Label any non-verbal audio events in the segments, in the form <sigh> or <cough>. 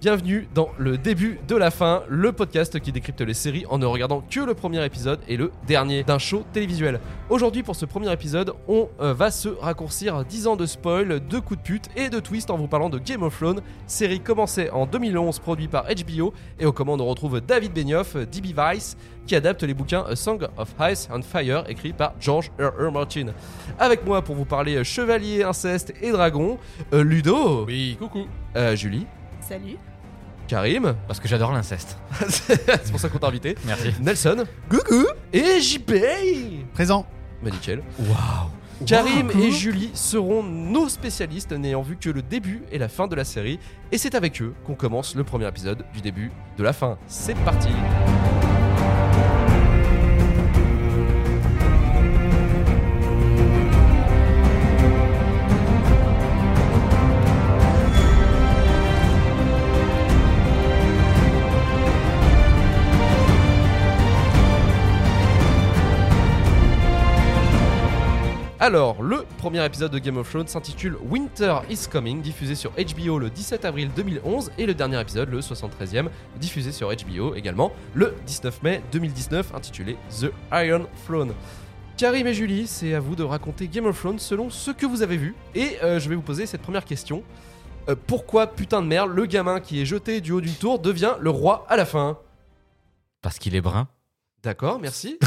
Bienvenue dans le début de la fin, le podcast qui décrypte les séries en ne regardant que le premier épisode et le dernier d'un show télévisuel. Aujourd'hui, pour ce premier épisode, on euh, va se raccourcir 10 ans de spoil, de coups de pute et de twist en vous parlant de Game of Thrones, série commencée en 2011, produite par HBO. Et aux commandes, on retrouve David Benioff, euh, DB Weiss, qui adapte les bouquins A Song of Ice and Fire, écrit par George R.R. Martin. Avec moi pour vous parler euh, Chevalier, Inceste et Dragon, euh, Ludo, Oui, coucou. euh, Julie, Salut. Karim, Parce que j'adore l'inceste. <laughs> c'est pour ça qu'on t'a invité. Merci. Nelson. Coucou. Et JP. Présent. Bah nickel. Waouh. Karim et Julie seront nos spécialistes n'ayant vu que le début et la fin de la série. Et c'est avec eux qu'on commence le premier épisode du début de la fin. C'est parti. Alors, le premier épisode de Game of Thrones s'intitule Winter is Coming, diffusé sur HBO le 17 avril 2011, et le dernier épisode, le 73e, diffusé sur HBO également le 19 mai 2019, intitulé The Iron Throne. Karim et Julie, c'est à vous de raconter Game of Thrones selon ce que vous avez vu, et euh, je vais vous poser cette première question. Euh, pourquoi, putain de merde, le gamin qui est jeté du haut d'une tour devient le roi à la fin Parce qu'il est brun. D'accord, merci.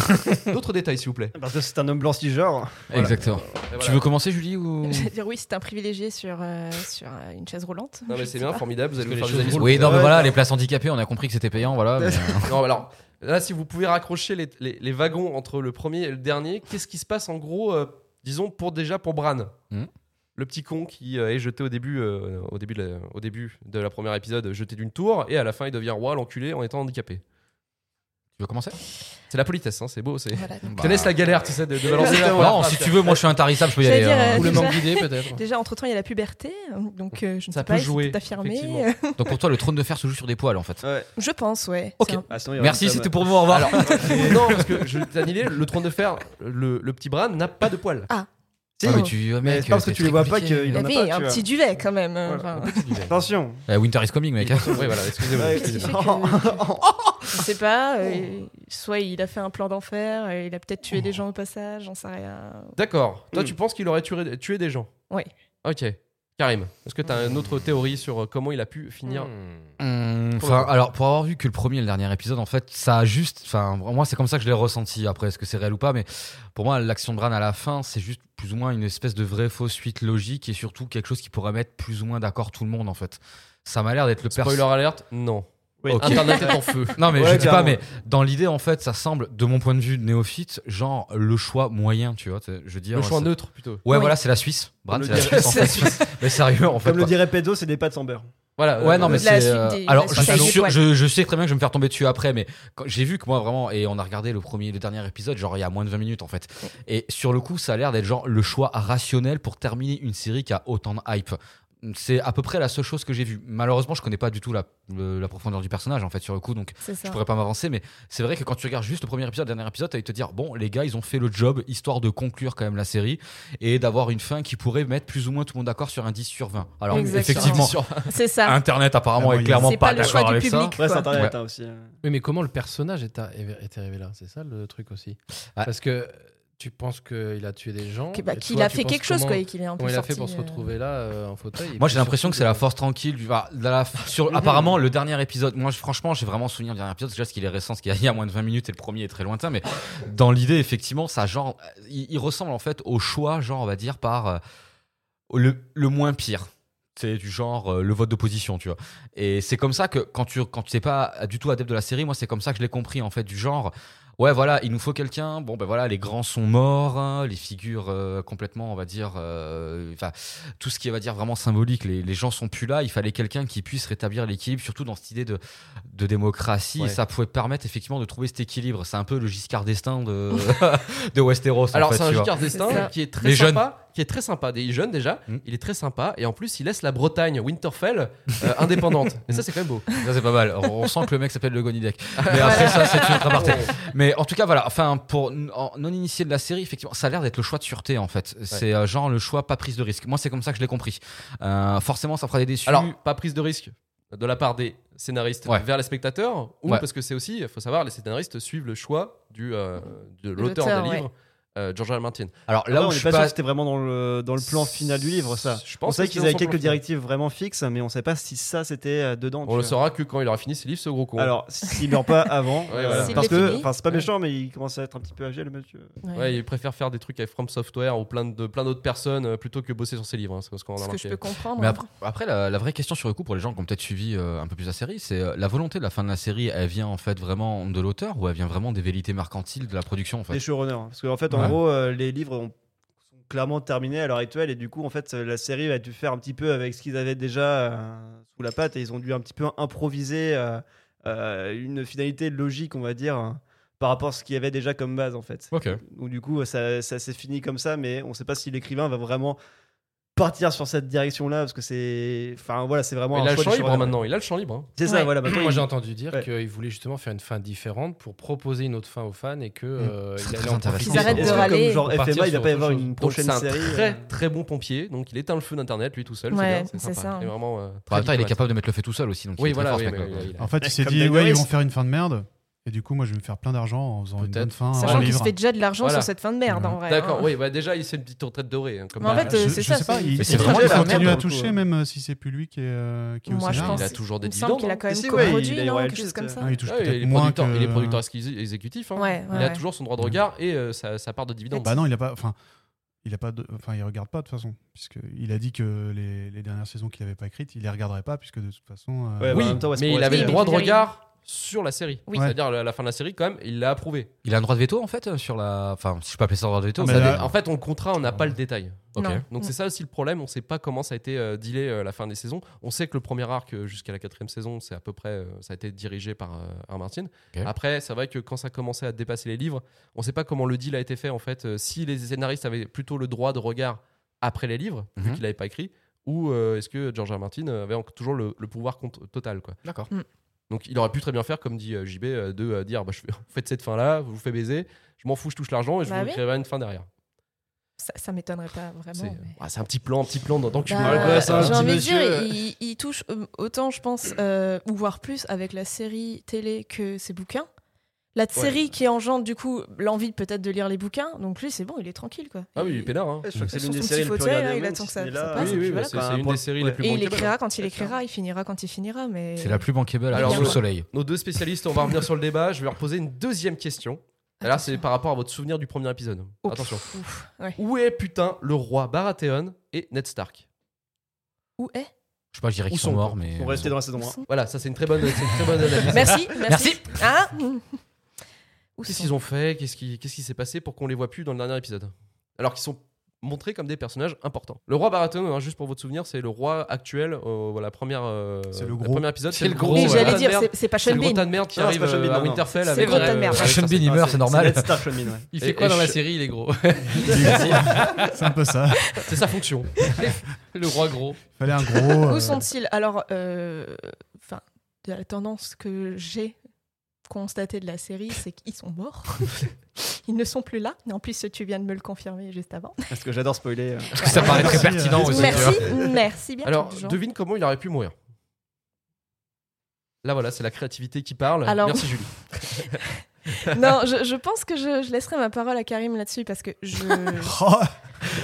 D'autres détails, s'il vous plaît. Parce que c'est un homme blanc cisgenre. Exactement. Et Tu voilà. veux commencer, <laughs> Julie ou... J'allais dire oui, c'est un privilégié sur, euh, sur euh, une chaise roulante. Non, mais c'est bien, Pas. formidable, vous allez nous que faire les des choses analyses Oui, non, mais Ouais, voilà, non. les places handicapées, on a compris que c'était payant, voilà. mais- euh, Non, mais alors là, si vous pouvez raccrocher les, les- les wagons entre le premier et le dernier, qu'est-ce qui se passe en gros, euh, disons pour déjà pour Bran, Hmm. le petit con qui euh, est jeté au début, euh, au début, de la, au début de la première épisode, jeté d'une tour, et à la fin il devient roi, l'enculé, en étant handicapé. Tu veux commencer C'est la politesse, hein, c'est beau, c'est. Voilà. <laughs> Je te laisse la galère, tu sais, de, de balancer. la- Non, si tu veux, moi je suis intarissable, je peux y aller. J'allais dire, hein. euh, Ou le déjà- manque d'idées, peut-être. Déjà, entre-temps, il y a la puberté, donc euh, je ne Ça sais peut pas jouer, si c'est affirmé. effectivement. Donc pour toi, le trône de fer se joue sur des poils en fait. Ouais. <laughs> je pense, ouais. Ok. C'est un- Merci, c'est tout pour moi, au revoir. Ah, Alors, non, parce que je t'ai annulé, le trône de fer, le, le petit Bran n'a pas de poils. Si, Ah, mais bon. tu, ah, Mais mec, c'est pas parce c'est que tu très les vois pas compliqué. qu'il Il en a avait pas, tu un vois. petit duvet quand même. euh, Voilà. Ah, <laughs> enfin, Attention. Euh, Winter is coming, mec. hein. Oui, voilà, excusez-moi. Ouais, qui fait excusez-moi. que- <laughs> je sais pas, euh, soit il a fait un plan d'enfer, euh, il a peut-être tué des gens au passage, j'en sais rien. D'accord. Toi, Hmm. tu penses qu'il aurait tué, tué des gens Ouais. Ok. Karim, est-ce que tu as une autre théorie sur euh, comment il a pu finir Hum, Pour Enfin, le coup. alors pour avoir vu que le premier et le dernier épisode, en fait, ça a juste. Enfin, moi, c'est comme ça que je l'ai ressenti. Après, est-ce que c'est réel ou pas Mais pour moi, l'action de Bran à la fin, c'est juste plus ou moins une espèce de vraie fausse suite logique et surtout quelque chose qui pourrait mettre plus ou moins d'accord tout le monde, en fait. Ça m'a l'air d'être le Spoiler personnage. alerte Non. Oui. Ok. Internet <laughs> est en feu. Non, mais je Ouais, dis pas, clairement. mais dans l'idée, en fait, ça semble, de mon point de vue de néophyte, genre le choix moyen, tu vois. t'sais, Je veux dire, Le choix c'est- neutre plutôt. Oui. Ouais, voilà, c'est la Suisse. Bran, Comme c'est le la dirait- Suisse, en fait. Mais sérieux, en fait. Comme le quoi. dirait Pedo, c'est des pâtes sans beurre. Voilà. Ouais, non, mais Ah, la c'est. suite euh, des- la Alors, suite je, suis des sûr- étoiles. je, je sais très bien que je vais me faire tomber dessus après, mais quand- j'ai vu que moi, vraiment, et on a regardé le premier, le dernier épisode, genre il y a moins de 20 minutes en fait. Mm. Et sur le coup, ça a l'air d'être genre le choix rationnel pour terminer une série qui a autant de hype. C'est à peu près la seule chose que j'ai vue. Malheureusement, je connais pas du tout la, le- la profondeur du personnage en fait sur le coup, donc C'est ça. je pourrais pas m'avancer. Mais c'est vrai que quand tu regardes juste le premier épisode, le dernier épisode, t'as eu te dire bon, les gars, ils ont fait le job histoire de conclure quand même la série et d'avoir une fin qui pourrait mettre plus ou moins tout le monde d'accord sur un 10 sur 20. Alors Exactement. effectivement, C'est ça. Internet apparemment Ah, est moyen. clairement C'est pas, pas le choix d'accord du avec ça. public. Ouais, c'est Quoi. internet hein, aussi. Oui, mais comment le personnage est, à- est- est arrivé là C'est ça le truc aussi. Ah. Ouais. Parce que tu penses qu'il a tué des gens. Ok, bah, et Qu'il toi, a tu fait penses quelque chose, comment- quoi, et qu'il est un peu Comment il a sorti, fait pour se euh, retrouver là euh, en fauteuil et Moi puis j'ai l'impression que c'est la surtout force tranquille. du- bah, de la- Mm-hmm. sur, apparemment, le dernier épisode, moi je- franchement j'ai vraiment souvenir du dernier épisode, déjà parce qu'il est récent, parce qu'il y a- il y a moins de 20 minutes et le premier est très lointain, mais dans l'idée, effectivement, ça genre. Il, il ressemble en fait au choix, genre on va dire, par euh, le, le moins pire. C'est du genre euh, le vote d'opposition, tu vois. Et c'est comme ça que quand tu quand tu n'es pas du tout adepte de la série, moi c'est comme ça que je l'ai compris en fait, du genre. Ouais, voilà, il nous faut quelqu'un. Bon, ben voilà, les grands sont morts, hein, les figures euh, complètement, on va dire, euh, enfin, tout ce qui est, on va dire, vraiment symbolique. Les, les gens sont plus là. Il fallait quelqu'un qui puisse rétablir l'équilibre, surtout dans cette idée de, de démocratie. Ouais. Et ça pouvait permettre effectivement de trouver cet équilibre. C'est un peu le Giscard <laughs> d'Estaing de, de Westeros. Alors, en fait, c'est un tu vois. Giscard d'Estaing ça. qui est très Les sympa. Qui est très sympa. Des jeunes déjà. Hmm. Il est très sympa. Et en plus, il laisse la Bretagne, Winterfell, euh, indépendante. Et ça, c'est quand même <laughs> beau. Ça, c'est pas mal. On, on sent que le mec s'appelle <laughs> le Gonidec. Mais après, ça, c'est une autre Ah aparté. Mais en tout cas, voilà. Enfin, pour n- en- non initié de la série, effectivement, ça a l'air d'être le choix de sûreté, en fait. C'est euh, genre le choix pas prise de risque. Moi, c'est comme ça que je l'ai compris. Euh, forcément, ça fera des déçus. Alors, pas prise de risque. de la part des scénaristes Ouais. vers les spectateurs ou Ouais. parce que c'est aussi, il faut savoir, les scénaristes suivent le choix du, euh, de l'auteur l'auteur, des ouais. livres, euh, George R. R. Martin. Alors Là, là où Ah on je n'est suis pas sûr pas. que c'était vraiment dans le, dans le plan final du livre, ça. Je On pense savait que qu'ils c'est avaient dans son quelques plan final. directives vraiment fixes, mais on ne savait pas si ça c'était euh, dedans. tu On le vois. saura que quand il aura fini ses livres, ce gros con. Alors, s'il meurt pas avant, euh, Ouais, voilà. S'il parce l'est que, fini. enfin, c'est pas méchant, mais il commence à être un petit peu âgé, le monsieur. Ouais, il préfère faire des trucs avec From Software ou plein de plein d'autres personnes euh, plutôt que bosser sur ses livres. hein, c'est ce qu'on a Ce que je remarqué. peux comprendre. hein. Mais après, après, la, la vraie question sur le coup pour les gens qui ont peut-être suivi euh, un peu plus la série, c'est euh, la volonté de la fin de la série, elle vient en fait vraiment de l'auteur ou elle vient vraiment des velléités mercantiles de la production en fait Les showrunners. hein. Parce qu'en fait, en Ouais. gros, euh, les livres ont- sont clairement terminés à l'heure actuelle, et du coup, en fait, la série a dû faire un petit peu avec ce qu'ils avaient déjà euh, sous la patte, et ils ont dû un petit peu improviser euh, euh, une finalité logique, on va dire, hein, par rapport à ce qu'il y avait déjà comme base, en fait. Ok. Donc du coup, ça, ça s'est fini comme ça, mais on ne sait pas si l'écrivain va vraiment partir sur cette direction-là, parce que c'est, enfin voilà, c'est vraiment. Mais un Il a le choix champ du libre showrunner. maintenant. Il a le champ libre. hein. C'est ça, Ouais. voilà. Maintenant, Moi, il- j'ai entendu dire Ouais. qu'il voulait justement faire une fin différente pour proposer une autre fin aux fans et que Mm. euh, C'est il très allait en intéressant, profiter. Qu'ils arrêtent de Est-ce que râler. comme Pour genre partir FMA, il va sur pas y autre avoir chose. une Donc c'est prochaine un série. très euh, très bon pompier. Donc il éteint le feu d'internet lui tout seul. Ouais, c'est bien, c'est sympa. ça, hein. Il est vraiment. euh, En même temps, très il est motivateur. capable de mettre le fait tout seul aussi. Donc il Oui, est très voilà, fort, oui, ce mec, mais quoi. il a- En fait, il s'est Comme dit, Daenerys. ouais, ils vont faire une fin de merde. Et du coup, moi, je vais me faire plein d'argent en faisant une Peut-être. bonne fin. Sachant un Sachant qu'il livre. se fait déjà de l'argent Voilà. sur cette fin de merde, en vrai. D'accord. hein. Oui, bah déjà il fait une petite retraite dorée. hein, comme Mais en ça. fait, Je, euh, Bah, je c'est ça, sais pas, c'est- il, Mais c'est il vraiment la continue merde, à pour le toucher, coup. même euh, si c'est plus lui qui est, euh, qui est au Moi, je scénar. pense. il a toujours des il me semble dividendes. qu'il a hein. quand même Si, si, ouais, coproduit, il euh. a les non, quelque royalties, chose comme ça. Ah, il touche Ouais, il, peut-être est moins producteur, que... il est producteur exé- exécutif. hein. Ouais, il ouais, a ouais. toujours son droit de regard et euh, sa, sa part de dividende. Bah non, il a pas. Enfin, il a pas. De... Enfin, il regarde pas de toute façon, puisque il a dit que les, les dernières saisons qu'il avait pas écrites, il les regarderait pas, puisque de toute façon. Ouais, euh, oui, en <laughs> même temps, ouais, c'est mais pour il être avait le clair. droit de Oui. regard sur la série. Oui. C'est-à-dire à la fin de la série, quand même, il l'a approuvé. Il a un droit de veto en fait euh, sur la. Enfin, je peux appeler ça un droit de Ah, veto. Mais ça là- dé- En fait, on le contrat, on n'a pas le détail. Ok. Non. Mm. Donc c'est ça aussi le problème, on sait pas comment ça a été euh, dealé euh, la fin des saisons. On sait que le premier arc euh, jusqu'à la quatrième saison, c'est à peu près, euh, ça a été dirigé par euh, R. Martin. Ok. Après, c'est vrai que quand ça commençait à dépasser les livres, on sait pas comment le deal a été fait en fait. Euh, si les scénaristes avaient plutôt le droit de regard après les livres, vu Mhm. qu'il n'avait pas écrit, ou euh, est-ce que George R. R. Martin euh, avait en- toujours le, le pouvoir cont- total quoi. D'accord. Mm. Donc il aurait pu très bien faire, comme dit euh, JB, euh, de euh, dire bah, je fais, <laughs> faites cette fin là, vous vous faites baiser, je m'en fous, je touche l'argent et je Bah vous oui. écrirai une fin derrière. Ça, ça m'étonnerait pas C'est vraiment. mais- ah, c'est un petit plan, un petit plan dans dans que tu Bah, vois le hein, gosse, c'est un J'ai petit envie de monsieur, dire, euh. il, il touche euh, autant, je pense, euh, ou voire plus avec la série télé que ses bouquins. La série qui engendre du coup l'envie peut-être de lire les bouquins. Donc lui, c'est bon, il est tranquille quoi. Ah oui, il est il, peinard. hein. Je crois que c'est Sur l'une des son séries les petit plus fauteuil, là, regardées. il même attend que si ça- c'est ça là, passe, Oui, et oui, puis bah, voilà, c'est quoi. c'est une Un des séries les point- plus et il bankable. écrira quand il écrira, il finira quand il finira. Mais C'est la plus bankable Alors, euh, alors le je- soleil. Nos deux spécialistes, on va revenir sur le débat. Je vais leur poser une deuxième question. Et Là, c'est par rapport à votre souvenir du premier épisode. Oh, Attention. pff, Ah, ouf, ouais. Où est putain le roi Baratheon et Ned Stark Où est Je sais pas, je dirais Où qu'ils sont, sont morts, mais. euh, Ils sont restés dans la saison 1. <laughs> Voilà, ça c'est une très bonne, c'est une très bonne <laughs> analyse. Merci, merci. Merci. Hein Où Qu'est-ce sont- qu'ils ont fait Qu'est-ce qui, qu'est-ce qui s'est passé pour qu'on les voit plus dans le dernier épisode Alors qu'ils sont montrés comme des personnages importants. Le roi Baratheon, hein, juste pour votre souvenir, c'est le roi actuel. euh, voilà, première, euh, C'est le gros. premier épisode, C'est le gros, Et ouais. j'allais tas de dire, merde. c'est- c'est pas Oh, C'est Sean le gros Bean. tas de merde qui Non, c'est arrive pas Sean euh, Bean, à non, non. Winterfell C'est avec euh, le gros tas de merde. avec Sean sa- Bean, il meurt, c'est normal. Ned Stark, Sean Bean, ouais. <laughs> Il Et- fait quoi et dans la je- série Il est gros. <laughs> C'est un peu ça. C'est sa fonction. le roi gros. Il fallait un gros. euh, Où sont-ils Alors, euh, enfin, de la tendance que j'ai constatée de la série, c'est qu'ils sont morts. Ils ne sont plus là. Et en plus, tu viens de me le confirmer juste avant. Parce que j'adore spoiler. euh. Parce que ça paraît très Merci, pertinent euh, aussi. tu vois. Merci, merci bien. Alors, Jean. devine comment il aurait pu mourir. Là, voilà, c'est la créativité qui parle. Alors- Merci, <laughs> Julie. non, je, je pense que je, je laisserai ma parole à Karim là-dessus parce que je, Oh,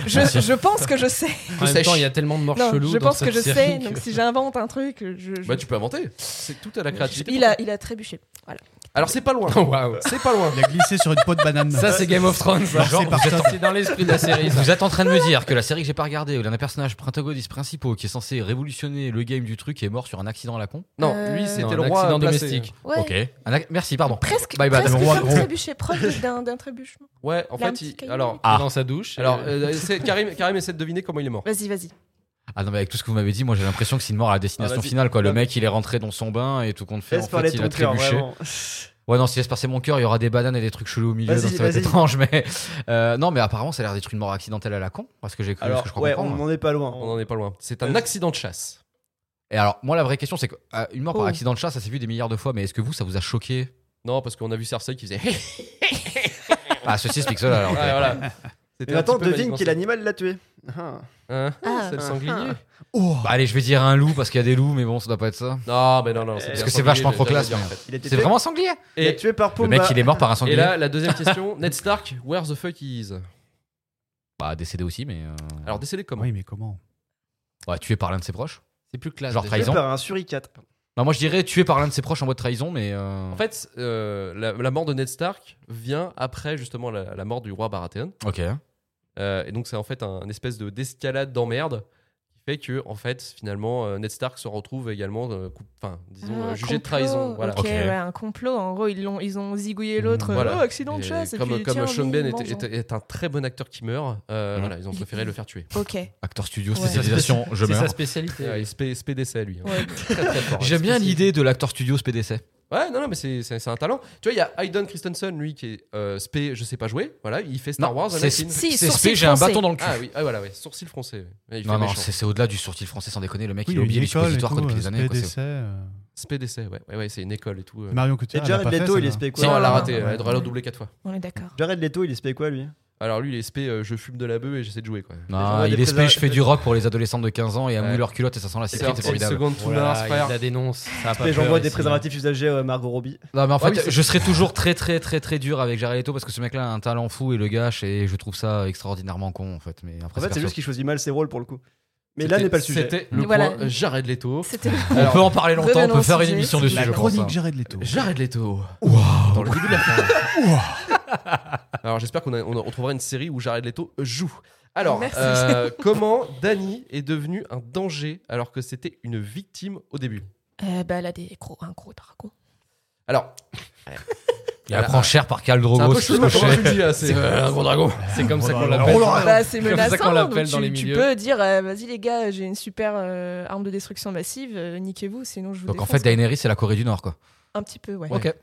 je, Merci. je pense que je sais. En même sèche. temps, il y a tellement de morts Non, chelous. je dans pense que cette je série sais. que- Donc, si j'invente un truc, je. je- Bah, tu peux inventer. C'est tout à la créativité. il, a, il a trébuché. Voilà. Alors, c'est pas loin. <laughs> Waouh. C'est pas loin. il a glissé sur une peau de banane. Ça, c'est Game of Thrones. ça. Genre, c'est par vous êtes- contre. c'est dans l'esprit de la série. ça. Vous êtes en train de me dire que la série que j'ai pas regardée, où l'un des personnages protagonistes principaux qui est censé révolutionner le game du truc est mort sur un accident à la con. Non, Euh, lui, c'était Non, le un roi accident placé. domestique. Ouais. Ok. Un ac- Merci, pardon. Presque, Bye bye. presque Le roi comme gros. trébuché, proche d'un d'un trébuchement. Ouais, en Là, un fait, petit il- caillou. alors, Ah. Dans sa douche. et- alors euh, c'est- Karim, Karim essaie de deviner comment il est mort. Vas-y, vas-y. Ah non, mais avec tout ce que vous m'avez dit, moi j'ai l'impression que c'est une mort à la destination Ah, vas-y. finale. Quoi. Le Ah, mec, il est rentré dans son bain et tout compte fait, Laisse en fait, parler il ton a cœur, trébuché. vraiment. Ouais, non, si laisse passer mon cœur, il y aura des bananes et des trucs chelous au milieu, Vas-y, donc ça va être vas-y. étrange. Mais euh, non, mais apparemment, ça a l'air d'être une mort accidentelle à la con, parce que j'ai cru, parce Alors, que je crois ouais, on comprendre. n'en est pas loin. On en est pas loin. C'est un accident de chasse. Et alors, moi, la vraie question, c'est que euh, une mort Oh. par accident de chat, ça s'est vu des milliards de fois, mais est-ce que vous, ça vous a choqué Non, parce qu'on a vu Cersei qui faisait. Ah, ceci explique cela. Alors, ok. Ouais, voilà. C'était Mais un attends, petit peu devine quel malencontreux. animal l'a tué. Ah. Hein Ah. C'est le sanglier. Oh Bah, allez, je vais dire un loup parce qu'il y a des loups, mais bon, ça doit pas être ça. Non, mais non, non. Parce le Parce un que c'est sanglier, vachement j'ai trop déjà classe. dit, en mais- fait. Il a été C'est tué- vraiment un sanglier. il a Et, tué par Le Pumba. mec, il est mort par un et sanglier. là, la deuxième question Ned Stark, where the fuck he is Bah, décédé aussi, mais. euh, Alors, décédé comment Oui, mais comment ouais, tué par l'un de ses proches. C'est plus classe. Genre déjà. Tué trahison. par un suricate. Bah, moi, je dirais tué par l'un de ses proches en mode trahison, mais. euh, En fait, euh, la, la mort de Ned Stark vient après justement la, la mort du roi Baratheon. Ok. Euh, et donc, c'est en fait un, une espèce de d'escalade d'emmerde qui fait que, en fait, finalement, euh, Ned Stark se retrouve également, euh, coup- enfin, disons, Ah, euh, jugé de complot. trahison. Voilà. Ok, Ok. ouais, un complot. En gros, ils, l'ont, ils ont zigouillé l'autre. Voilà. Oh, accident de Et chasse. et comme puis, comme tiens, Sean lui, Ben est, vengeance. est- est un très bon acteur qui meurt, euh, Mhm. voilà, ils ont préféré le faire tuer. Ok. Ouais. Acteur studio, Ouais. spécialisation, je C'est meurs. sa spécialité. Ouais, il se pé- se pédécé à lui. hein. Ouais, Très, très fort, hein. J'aime bien Spécial. l'idée de l'acteur studio SPDC. Ouais, non, non, mais c'est- c'est c'est un talent. Tu vois, il y a Hayden Christensen, lui, qui est euh, spé, je sais pas jouer. Voilà, il fait Star Wars. c'est Anakin. Si, c'est sourcil SP, j'ai un français. bâton dans le cul. Ah oui, ah, voilà, ouais, sourcil français. ouais. Ouais, il non, fait non, méchant. c'est c'est au-delà du sortil français, sans déconner. Le mec, il y a a oublié une les école et suppositoires quoi, tout, depuis euh, des années. quoi, SPDC, c'est- euh, SPDC, ouais, ouais, ouais, c'est une école et tout. euh. Marion Cotillard. Et elle a Jared pas fait, Leto, il est celle-là. spé quoi Non, elle l'a Ah, raté, ouais. elle doit la doubler 4 fois. on est d'accord. Jared Leto, il est spé quoi lui Alors lui, il est spé, euh, je fume de la bœuf et j'essaie de jouer, quoi. Non, Ouais, il des est spé, présents- je fais du rock pour les adolescents de 15 ans et à Ouais. mouiller leur culotte et ça sent la C'est cigarette, c'est sorti formidable. seconde to Voilà, Mars, il frère. la dénonce. Ça a pas Et peur J'envoie des ici. préservatifs usagés à Margot Robbie. Non, mais en Ouais, fait, mais c'est- je serais toujours très, très, très, très dur avec Jared Leto parce que ce mec-là a un talent fou et le gâche et je trouve ça extraordinairement con en fait. Mais après, En fait, c'est perso. juste qu'il choisit mal ses rôles pour le coup. Mais là C'était- n'est pas le sujet. C'était le Voilà. point euh, Jared Leto. C'était On Alors, peut en parler longtemps, on revenons peut au faire une sujet. émission dessus, La je pense. chronique hein. Jared Leto. Jared Leto. Dans le début de la <laughs> fin. Alors j'espère qu'on a- on a- on trouvera une série où Jared Leto euh, joue. Alors, Merci. <laughs> euh, comment Danny est devenu un danger alors que c'était une victime au début <laughs> Euh, bah, elle a des gros, un gros dragon. Alors, Il Voilà. apprend cher par Cal c'est un Drogo. peu c'est chelou ce que comment je tu le dis là. Oh, <laughs> C'est euh, un gros dragon. C'est comme ça qu'on Oh là là. l'appelle. Oh là là. Bah, c'est comme ça menaçant. qu'on l'appelle donc dans tu, les tu milieux. peux dire, euh, vas-y les gars, j'ai une super euh, arme de destruction massive, euh, niquez-vous, sinon je vous fais. Donc en défonce. fait, Daenerys, c'est la Corée du Nord quoi. un petit peu, ouais. Ok.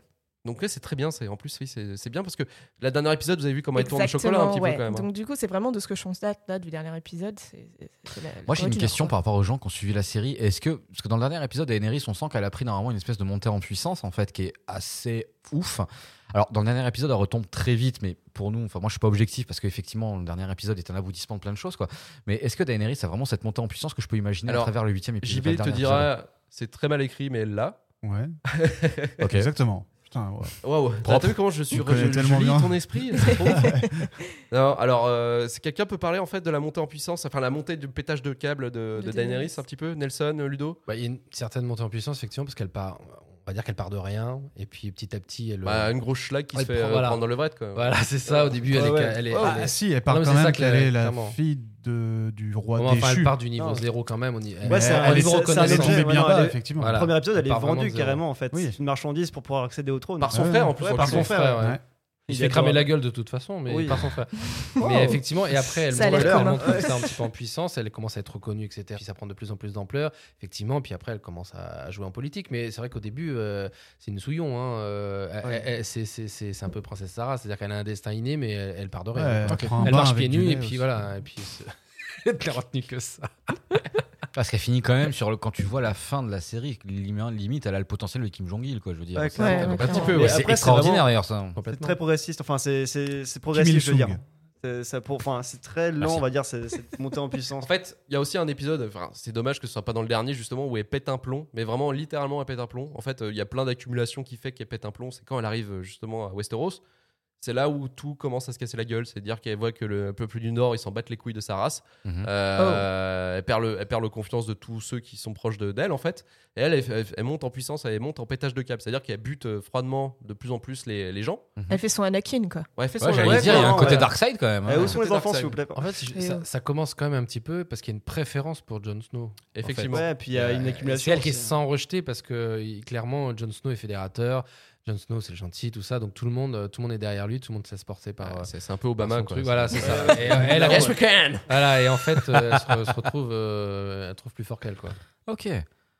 Donc là, c'est très bien. C'est en plus, oui, c'est c'est bien parce que la dernière épisode, vous avez vu comment elle tourne le Exactement, chocolat un petit ouais. peu quand même. hein. Donc du coup, c'est vraiment de ce que je constate là du dernier épisode. c'est- c'est- c'est la- la Moi j'ai Corée une du question Nord, par rapport aux gens qui ont suivi la série. Est-ce que, parce que dans le dernier épisode, Daenerys, on sent qu'elle a pris normalement une espèce de montée en puissance en fait qui est assez ouf. Alors dans le dernier épisode, elle retombe très vite, mais pour nous, enfin moi je suis pas objectif parce qu'effectivement le dernier épisode est un aboutissement de plein de choses quoi. Mais est-ce que Daenerys a vraiment cette montée en puissance que je peux imaginer Alors, à travers le huitième épisode JB enfin, te le dernier dira, c'est très mal écrit, mais elle l'a. Ouais, épisode. Ok. exactement. Putain, ouais. Waouh, t'as Propre. vu comment je suis On connaît je- je tellement lis bien. ton esprit c'est trop ouf. Non, alors, euh, c'est quelqu'un peut parler en fait de la montée en puissance, enfin la montée du pétage de câble de, De de Daenerys Daenerys. un petit peu, Nelson, euh, Ludo Bah, Il y a une certaine montée en puissance, effectivement, parce qu'elle part, on va dire qu'elle part de rien, et puis petit à petit, elle. Bah, Une grosse schlag qui Ouais, se fait prend- euh, voilà. prendre dans le vrai quoi. Voilà, c'est ça, au début, Ouais, elle Oh, est. ouais. Elle est- Ah, elle est- si, elle part Non, mais quand c'est même ça que qu'elle la- est la clairement. fille de, du roi Ouais, enfin, elle déchu. part du niveau Non. zéro quand même. On y, Ouais, c'est un- on y c'est- c'est un reconnaît Elle est Non, mais tombée bien non, bas, elle est- effectivement. Voilà. Premier épisode, elle est Part vraiment de vendue zéro. carrément en fait. Oui. C'est une marchandise pour pouvoir accéder au trône. Par son Ouais, frère en plus. ouais, en par plus. son frère, ouais. Ouais. Il se Il fait cramer adore. la gueule de toute façon, mais Oui. par son <laughs> frère. Oh. Mais effectivement, et après, elle Ça a monte, l'air elle cool, monte hein. comme ça un petit peu en puissance, elle commence à être reconnue, etc. Puis ça prend de plus en plus d'ampleur, effectivement. Puis après, elle commence à jouer en politique. Mais c'est vrai qu'au début, euh, c'est une souillon. hein, euh, elle- Ouais. elle- c'est- C'est c'est- c'est un peu princesse Sarah, c'est-à-dire qu'elle a un destin inné, mais elle, elle part de rien. Ouais, quoi. elle prend un Elle bain marche avec pieds du nus, lait et puis aussi. voilà. Et puis, c'est- <laughs> elle n'a retenu que ça. Parce qu'elle finit quand même sur le. Quand tu vois la fin de la série, lim- limite, elle a le potentiel de Kim Jong-il, quoi, je veux dire. Ouais, C'est- Ouais, ouais, clairement. un petit clairement. peu, Mais ouais, après, c'est c'est extraordinaire vraiment- d'ailleurs ça. C'est Complètement. très progressiste. Enfin, c'est c'est- c'est Kim progressif, je veux Il-sung. dire. C'est- ça pour- Enfin, c'est très lent, Merci. on va dire, cette cette montée en puissance. En fait, il y a aussi un épisode, enfin, c'est dommage que ce soit pas dans le dernier justement où elle pète un plomb, mais vraiment littéralement elle pète un plomb. En fait, euh, il y a plein d'accumulations qui fait qu'elle pète un plomb. C'est quand elle arrive euh, justement à Westeros. C'est là où tout commence à se casser la gueule. C'est-à-dire qu'elle voit que le peuple du Nord, ils s'en battent les couilles de sa race. Mhm. Euh, elle, perd le, elle perd le confiance de tous ceux qui sont proches de- d'elle, en fait. Et elle, elle, elle- elle monte en puissance, elle monte en pétage de câble. C'est-à-dire qu'elle bute euh, froidement de plus en plus les, les gens. Elle fait son Anakin, quoi. Ouais, elle fait son- Ouais, ouais, J'allais dire, il y a un clairement, côté ouais. Darkseid quand même. Eh, hein. Où sont les Peut-être enfants, ça, s'il vous plaît En fait, je- Et ça, ouais. ça commence quand même un petit peu parce qu'il y a une préférence pour Jon Snow. Effectivement. Ouais, puis il y a une Euh, accumulation. C'est elle qui aussi. s'en rejeter parce que il- clairement, Jon Snow est fédérateur. Jon Snow, c'est le gentil, tout ça. Donc tout le monde, euh, tout le monde est derrière lui, tout le monde sait se porter par. Ouais, euh, c'est c'est un peu par Obama, son quoi. truc. Voilà, c'est ça. Et, euh, <laughs> elle, Yes, elle- we can voilà, et en fait, euh, elle, se, re- se retrouve, euh, elle trouve plus fort qu'elle, quoi. Ok.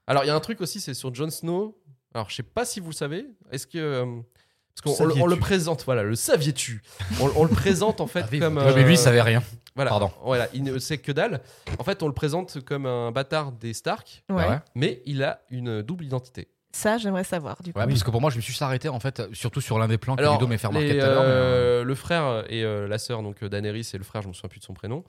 Alors, il y a un truc aussi, c'est sur Jon Snow. Alors, je sais pas si vous le savez. Est-ce que. euh, parce qu'on on- on Saviez-tu le présente, voilà, le saviez-tu on, on le présente <laughs> en fait Ah, vive. comme. Ouais, mais lui, il euh, savait rien. Voilà, Pardon. Voilà, il ne sait que dalle. En fait, on le présente comme un bâtard des Stark, Ouais. Ah ouais. mais il a une double identité. Ça, j'aimerais savoir, du coup. Ouais, parce que pour moi, je me suis juste arrêté en fait, surtout sur l'un des plans que Alors, Ludo m'a fait remarquer les, tout à l'heure. mais, euh, euh, Le frère et euh, la sœur, donc euh, Daenerys et le frère, je me souviens plus de son prénom.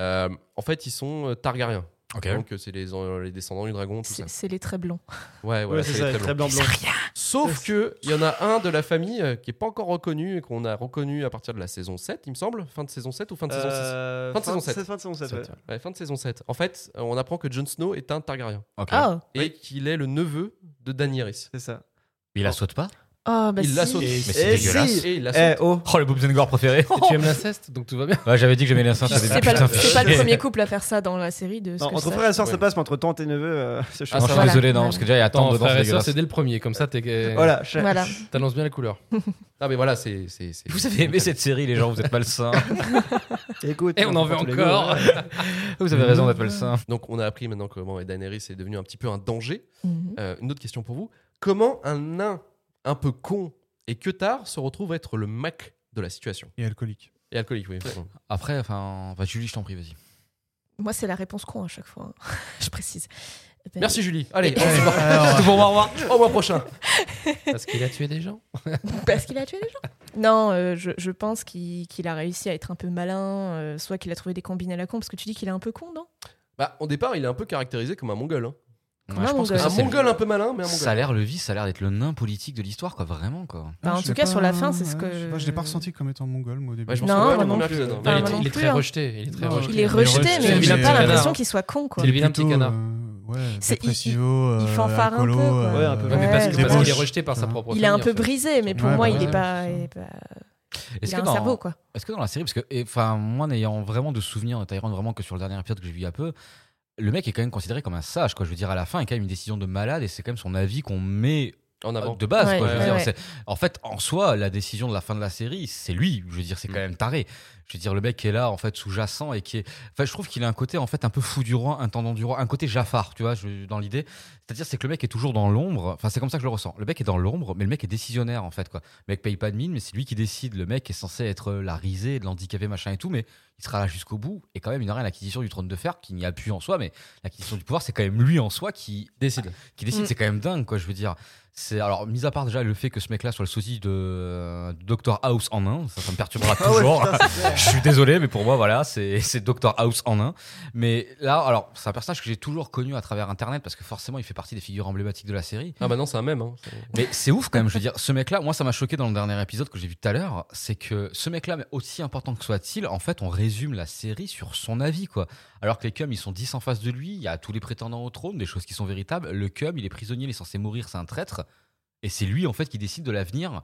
euh, en fait, ils sont euh, Targaryens. ok. Donc, euh, c'est les, euh, les descendants du dragon, tout ça. C'est c'est les très blonds. Ouais, voilà, Ouais, c'est c'est ça, les très Tréblancs. blanc <laughs> blanc. Sauf que il y en a un de la famille euh, qui est pas encore reconnu et qu'on a reconnu à partir de la saison 7, il me semble, fin de saison 7 ou fin de saison Euh, Fin de saison sept. Fin de saison 7. 6. Ouais, fin de saison 7. En fait, euh, on apprend que Jon Snow est un Targaryen ok. Oh, et qu'il est le neveu de Daenerys. C'est ça. Il la saute pas oh bah il la si. saute. Et- Mais c'est et dégueulasse. si. Et il la saute. Eh oh Oh, le Boobs and Gore préféré Et tu aimes l'inceste, donc tout va bien. <laughs> Ouais, j'avais dit que j'aimais les Puis instincts. C'est pas, le- c'est pas <laughs> le premier couple à faire ça dans la série de ce Non, que entre je frères et sœurs, Ouais. ça passe, mais entre tante et neveu, euh, c'est Ah, chaud. Non, je suis Voilà. désolé, non, parce que déjà, il y a tant Attends, dedans, c'est frère et sœur, dégueulasse. c'est dès le premier, comme ça, t'es. <laughs> Voilà, sache. Voilà. T'annonces bien la couleur. Ah mais voilà, c'est c'est c'est- Vous avez aimé cette série, les gens, vous êtes malsains. Écoute, <laughs> Et Eh, on en veut tous les encore. goûts, <laughs> vous avez raison d'être malsains. Donc on a appris maintenant comment Daenerys est devenu un petit peu un danger. Mhm. Euh, une autre question pour vous, comment un nain un peu con et que tard se retrouve être le mac de la situation Et alcoolique. Et alcoolique, oui. pardon. Après, enfin, bah, Julie, je t'en prie, vas-y. Moi, c'est la réponse con à chaque fois. hein. <laughs> je précise. Ben, Merci Julie. Allez, Allez, alors, Bon, au revoir. au mois prochain. Parce qu'il a tué des gens. <laughs> Parce qu'il a tué des gens. Non, euh, je, je pense qu'il qu'il a réussi à être un peu malin, euh, soit qu'il a trouvé des combines à la con, parce que tu dis qu'il est un peu con, non Bah, au départ, il est un peu caractérisé comme un mongol. hein. un je pense que mongol. ça, Un c'est le- mongol un peu malin, mais un mongol. Ça a l'air le vice, ça a l'air d'être le nain politique de l'histoire, quoi, vraiment, quoi. Bah, Ah, en je tout l'ai cas, pas- sur la fin, c'est ce ouais, que- Je, sais pas, je l'ai pas ressenti comme étant mongol, moi, au début. Ouais, je pense Non, que ouais, moi le non premier plus. épisode, hein. Non, Il il, était- est, non il est plus, très hein. rejeté. Il est très Non, rejeté. Il est rejeté, rejeté, mais c'est j'ai le pas vilain petit l'impression canard. qu'il soit con, quoi. C'est le vilain petit Plutôt, canard. euh, ouais, C'est- il- dépressivo, il- il euh, fanfare un peu, alcoolo, quoi. euh, Ouais, un peu. Ouais, mais Ouais, parce, je que- parce qu'il est branche. rejeté par sa propre Ah. Il est un famille, peu en fait. brisé, mais pour Ouais, moi, bah il est ouais, pas. c'est ça. il est pas- Est-ce Il a que hein un dans- cerveau, quoi. Est-ce que dans la série, parce que, et, enfin, moi n'ayant vraiment de souvenirs de Tyrone, vraiment que sur le dernier épisode que j'ai vu il y a peu, le mec est quand même considéré comme un sage, quoi. Je veux dire, à la fin, il y a quand même une décision de malade et c'est quand même son avis qu'on met En avant. de base, Ouais, quoi. Je veux ouais, dire, ouais. c'est- En fait, en soi, la décision de la fin de la série, c'est lui. Je veux dire, c'est quand Mm. même taré. Je veux dire, le mec qui est là, en fait, sous-jacent et qui est. Enfin, je trouve qu'il a un côté, en fait, un peu fou du roi, un tendon du roi, un côté Jafar, tu vois, je- dans l'idée. C'est-à-dire, c'est que le mec est toujours dans l'ombre. Enfin, c'est comme ça que je le ressens. Le mec est dans l'ombre, mais le mec est décisionnaire, en fait, quoi. Le mec paye pas de mine, mais c'est lui qui décide. Le mec est censé être euh, la risée, l'handicapé, machin et tout, mais il sera là jusqu'au bout. Et quand même, il aura l'acquisition du trône de fer qui n'y a plus en soi, mais l'acquisition du pouvoir, c'est quand même lui en soi qui Décide. qui décide, Mm. c'est quand même dingue, quoi. Je veux dire, c'est alors mis à part déjà le fait que ce mec-là soit le sosie de euh, Dr House en un, ça, ça me perturbera <laughs> Ah ouais, toujours. putain, c'est clair. <laughs> je suis désolé, mais pour moi, voilà, c'est c'est Dr House en un. Mais là, alors c'est un personnage que j'ai toujours connu à travers Internet parce que forcément, il fait partie des figures emblématiques de la série. Ah, bah non, c'est un même. hein. C'est- Mais c'est ouf quand même. Je veux dire, ce mec-là, moi, ça m'a choqué dans le dernier épisode que j'ai vu tout à l'heure, c'est que ce mec-là, mais aussi important que soit-il, en fait, on résume la série sur son avis, quoi. Alors que les cums, ils sont 10 en face de lui, il y a tous les prétendants au trône, des choses qui sont véritables. Le cum, il est prisonnier, il est censé mourir, c'est un traître. Et c'est lui, en fait, qui décide de l'avenir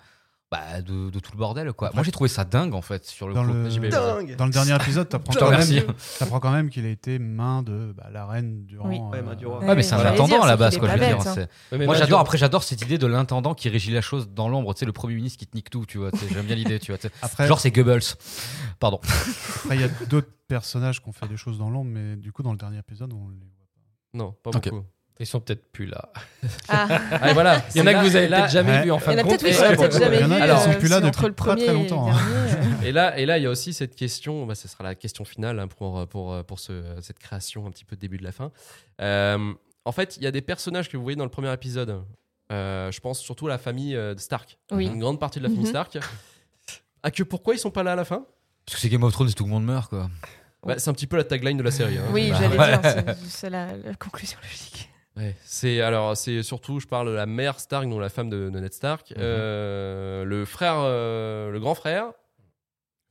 bah, de, de tout le bordel, quoi. Moi, j'ai trouvé ça dingue, en fait, sur le Dans coup. le- J'y vais. <laughs> Dingue. Dans le dernier épisode, t'apprends Je te quand, remercie. même- t'apprends quand même qu'il a été main de bah, la reine durant. euh, Oui. Ouais, main du roi. Ouais, mais c'est un J'allais intendant dire, à la c'est base, qu'il quoi. est Je veux pas dire, bête, hein. c'est- Ouais, mais Moi, bah, j'adore. tu- Après, j'adore cette idée de l'intendant qui régit la chose dans l'ombre. Tu sais, le premier ministre qui te nique tout, tu vois. Tu sais, J'aime bien l'idée, tu vois. tu sais. Après, Genre, c'est Goebbels. Pardon. après, il y a d'autres personnages qui ont fait des choses dans l'ombre, mais du coup, dans le dernier épisode, on les voit Non, pas Ok. beaucoup. Ils sont peut-être plus là. Ah, <laughs> Allez, voilà. Il y en a que vous avez là, peut-être jamais Ouais. vu en il fin y en de a compte. peut-être oui, et- qu'on a Ouais, peut-être bon, jamais il y en a, vu, ils sont euh, plus là si entre depuis le très, très premier et le longtemps, hein. dernier, euh, Et là, et là, il y a aussi cette question. Bah, ce sera la question finale hein, pour pour pour ce- cette création un petit peu de début de la fin. Euh, en fait, il y a des personnages que vous voyez dans le premier épisode. Euh, je pense surtout à la famille euh, de Stark. Oui. Une grande partie de la famille Mhm. Stark. Ah que pourquoi ils sont pas là à la fin Parce que c'est Game of Thrones et tout le monde meurt, quoi. Bah, C'est un petit peu la tagline de la série. hein. Oh. Oui, Bah, j'allais ouais. dire, c'est- c'est la, la conclusion logique. Ouais, c'est alors c'est surtout je parle de la mère Stark donc la femme de, de Ned Mhm. Stark, euh, le frère, euh, le grand frère,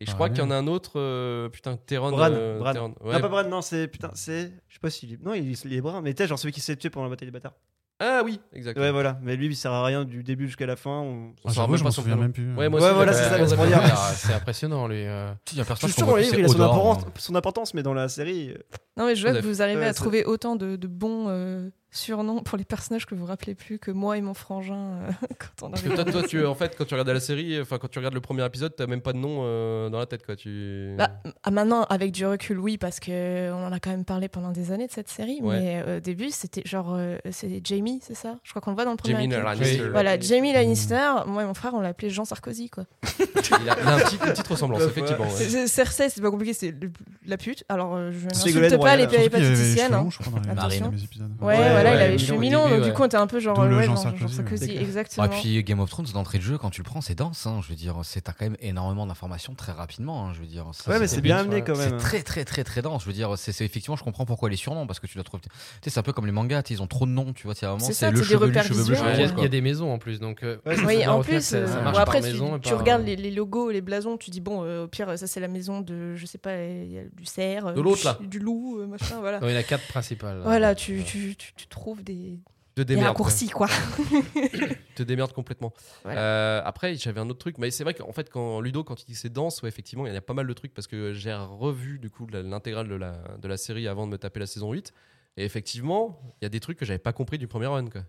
et je Ah crois ouais. qu'il y en a un autre euh, putain Teron. Bran, euh, Bran. Theron. Ouais. Non, pas Bran, non, c'est. Putain, c'est. Je sais pas s'il est. Non, il est, il est brun, mais t'es genre celui qui s'est tué pendant la bataille des bâtards. Ah oui, exactement. Ouais, voilà. Mais lui, il sert à rien du début jusqu'à la fin. on- On saura pas. même je pas m'en son souviens prénom. même plus. euh. Ouais, moi Ouais, aussi, voilà, je- c'est ça, ouais, laisse-moi ouais, dire. ouais. Ah, C'est impressionnant, lui. euh. Il y a un Je personnage suis sûr, dans les livres, il a son apparence, Odor. son apparence, mais dans la série. euh, Non, mais je vois que Tout à vous arrivez Ouais, à c'est- trouver autant de, de bons euh, surnoms pour les personnages que vous rappelez plus que moi et mon frangin euh, <laughs> quand on Parce arrive. que toi, à- toi, tu en fait quand tu regardes la série, enfin quand tu regardes le premier épisode, t'as même pas de nom euh, dans la tête quoi. Tu. Bah, Ah, maintenant, avec du recul, oui, parce que on en a quand même parlé pendant des années de cette série. Ouais. Mais euh, au début, c'était genre, euh, c'est Jamie, c'est ça Je crois qu'on le voit dans le premier. Jamie épisode. Lannister. Oui. Voilà, Jamie Lannister. Moi et mon frère, on l'appelait Jean Sarkozy, quoi. Il a, il a un petit, une petite ressemblance, Ouais. effectivement. ouais. C'est- c'est- Cersei, c'est pas compliqué, c'est le- la pute. Alors, euh, je Ségolène n'insulte pas les Royal. Surtout Surtout qu'il y avait les péripatéticiennes. cheveux hein. longs, je crois, dans les- dans les Attention. premiers épisodes. Ouais, ouais, Ouais, voilà, il ouais, avait Milan fait au Milan, début, donc du ouais. coup, t'es un peu genre, D'où le ouais, Jean genre, genre Sarkozy, Sarkozy, ouais. exactement. et Bah, puis Game of Thrones d'entrée de jeu, quand tu le prends, c'est dense. hein. je veux dire, c'est t'as quand même énormément d'informations très rapidement. hein. je veux dire, ça, Ouais, mais c'était c'est bien bien, amené ouais. quand C'est même. hein. très très très très dense. Je veux dire, c'est c'est- effectivement, je comprends pourquoi les surnoms parce que tu dois trouver. Tu sais, c'est un peu comme les mangas. tu sais, Ils ont trop de noms. Tu vois, tu sais, à un moment, C'est c'est ça, le c'est des chevelu, repères cheveu bleu, visuels, cheveu Ouais, Il y, a- rose, il quoi. y a des maisons en plus, donc. euh, Ouais, ça, c'est faut Oui, bien en retenir que plus, ça, ça euh, marche bon, par après, si maison et tu par- regardes les, les logos, les blasons, tu dis, bon, euh, au pire, ça, c'est la maison de, je sais pas, il y a du cerf, euh, De l'autre, du, là. du loup, euh, machin, voilà. Non, il y en a quatre principales. Voilà, tu, tu, tu, tu trouves des, De des démerde. quoi. raccourcis, quoi. <laughs> Tu te démerdes complètement. Voilà. Euh, après, j'avais un autre truc, mais c'est vrai qu'en fait, quand Ludo, quand il dit que c'est dense, ouais, effectivement, il y en a pas mal de trucs parce que j'ai revu du coup la- l'intégrale de la, de la série avant de me taper la saison 8. Et effectivement, il y a des trucs que j'avais pas compris du premier run. quoi.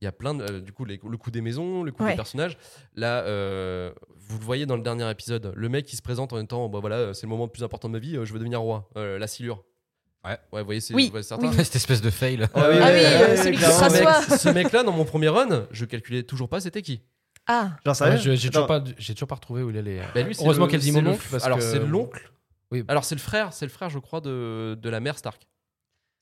Il y a plein de. euh, du coup, les- le coup des maisons, le coup Ouais. des personnages. Là, euh, vous le voyez dans le dernier épisode, le mec qui se présente en même temps bah voilà, c'est le moment le plus important de ma vie, euh, je veux devenir roi. Euh, la silure. Ouais. Ouais, vous voyez, c'est Oui, vous voyez certains. <laughs> Cette espèce de fail. Ah oui, Ah oui, ouais, euh, ouais, celui qui clairement. se rassoit. Ce mec- Ce mec-là, dans mon premier run, je calculais toujours pas c'était qui. Ah, Genre, Ah ouais, sérieux je- J'ai toujours, Attends. pas- j'ai toujours pas retrouvé où il allait. hein. Bah, lui, c'est Heureusement le- qu'elle dit c'est mon le- oncle, parce alors que- c'est l'oncle. Oui. Alors c'est le frère, c'est le frère, je crois, de, de la mère Stark.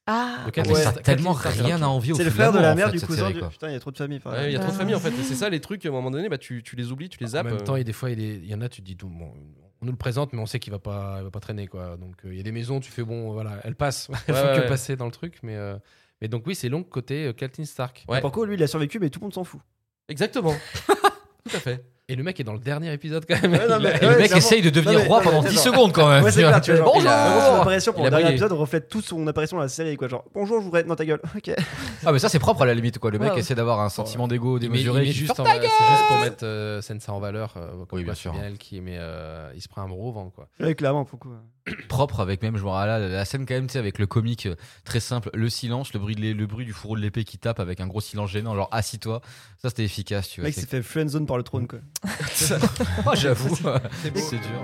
ah, Le Ah, quatre- mais Ouais. ça a tellement Quatre- rien à envier au C'est le feu de frère de l'amour, la en mère fait, du cette cousin. série, du- quoi. Putain, il y a trop de familles. par Ouais, Il exemple. y a trop de Ah. familles en fait. Et C'est ça les trucs. À un moment donné, bah tu, tu les oublies, tu les En zappes. même euh. temps, il, des fois, il, est- il y en a, tu te dis, tout, bon, on nous le présente, mais on sait qu'il va pas, il va pas traîner, quoi. Donc, euh, il y a des maisons, tu fais, bon, voilà, elle passe, <laughs> elle Ouais, faut ouais, que ouais. passer dans le truc, mais. euh, Mais donc oui, c'est long côté euh, Catelyn Stark. Ouais. Par contre, lui, il a survécu, mais tout le monde s'en fout. <laughs> Exactement. Tout à fait. Et le mec est dans le dernier épisode quand même. Ouais, non, Il a- mais- Et le Ouais, mec clairement. essaye de devenir Non, mais- roi non, mais <laughs> pendant 10 attends. secondes quand même. Ouais, c'est clair, tu vois. genre, il a- vraiment, Son Bonjour apparition pour Il a le dernier brillé. épisode reflète toute son apparition dans la série, quoi. Genre, bonjour, je vous ré- dans ta gueule. Ok. Ah, mais ça, c'est propre à la limite, quoi. Le mec Ouais. essaie d'avoir un sentiment d'ego Il met- il démesuré. met qui- juste en- c'est juste pour mettre euh, Sansa en valeur. euh, comme Oui, bien quoi, sûr. c'est Elle qui met, euh, il se prend un gros vent quoi. Ouais, clairement, beaucoup. propre avec même je me rappelle, la, la scène quand même tu sais avec le comique euh, très simple le silence le bruit de l'é- le bruit du fourreau de l'épée qui tape avec un gros silence gênant genre assis-toi ça c'était efficace tu Le vois mec s'est fait friendzone par le trône, quoi. <laughs> oh, j'avoue c'est beau. dur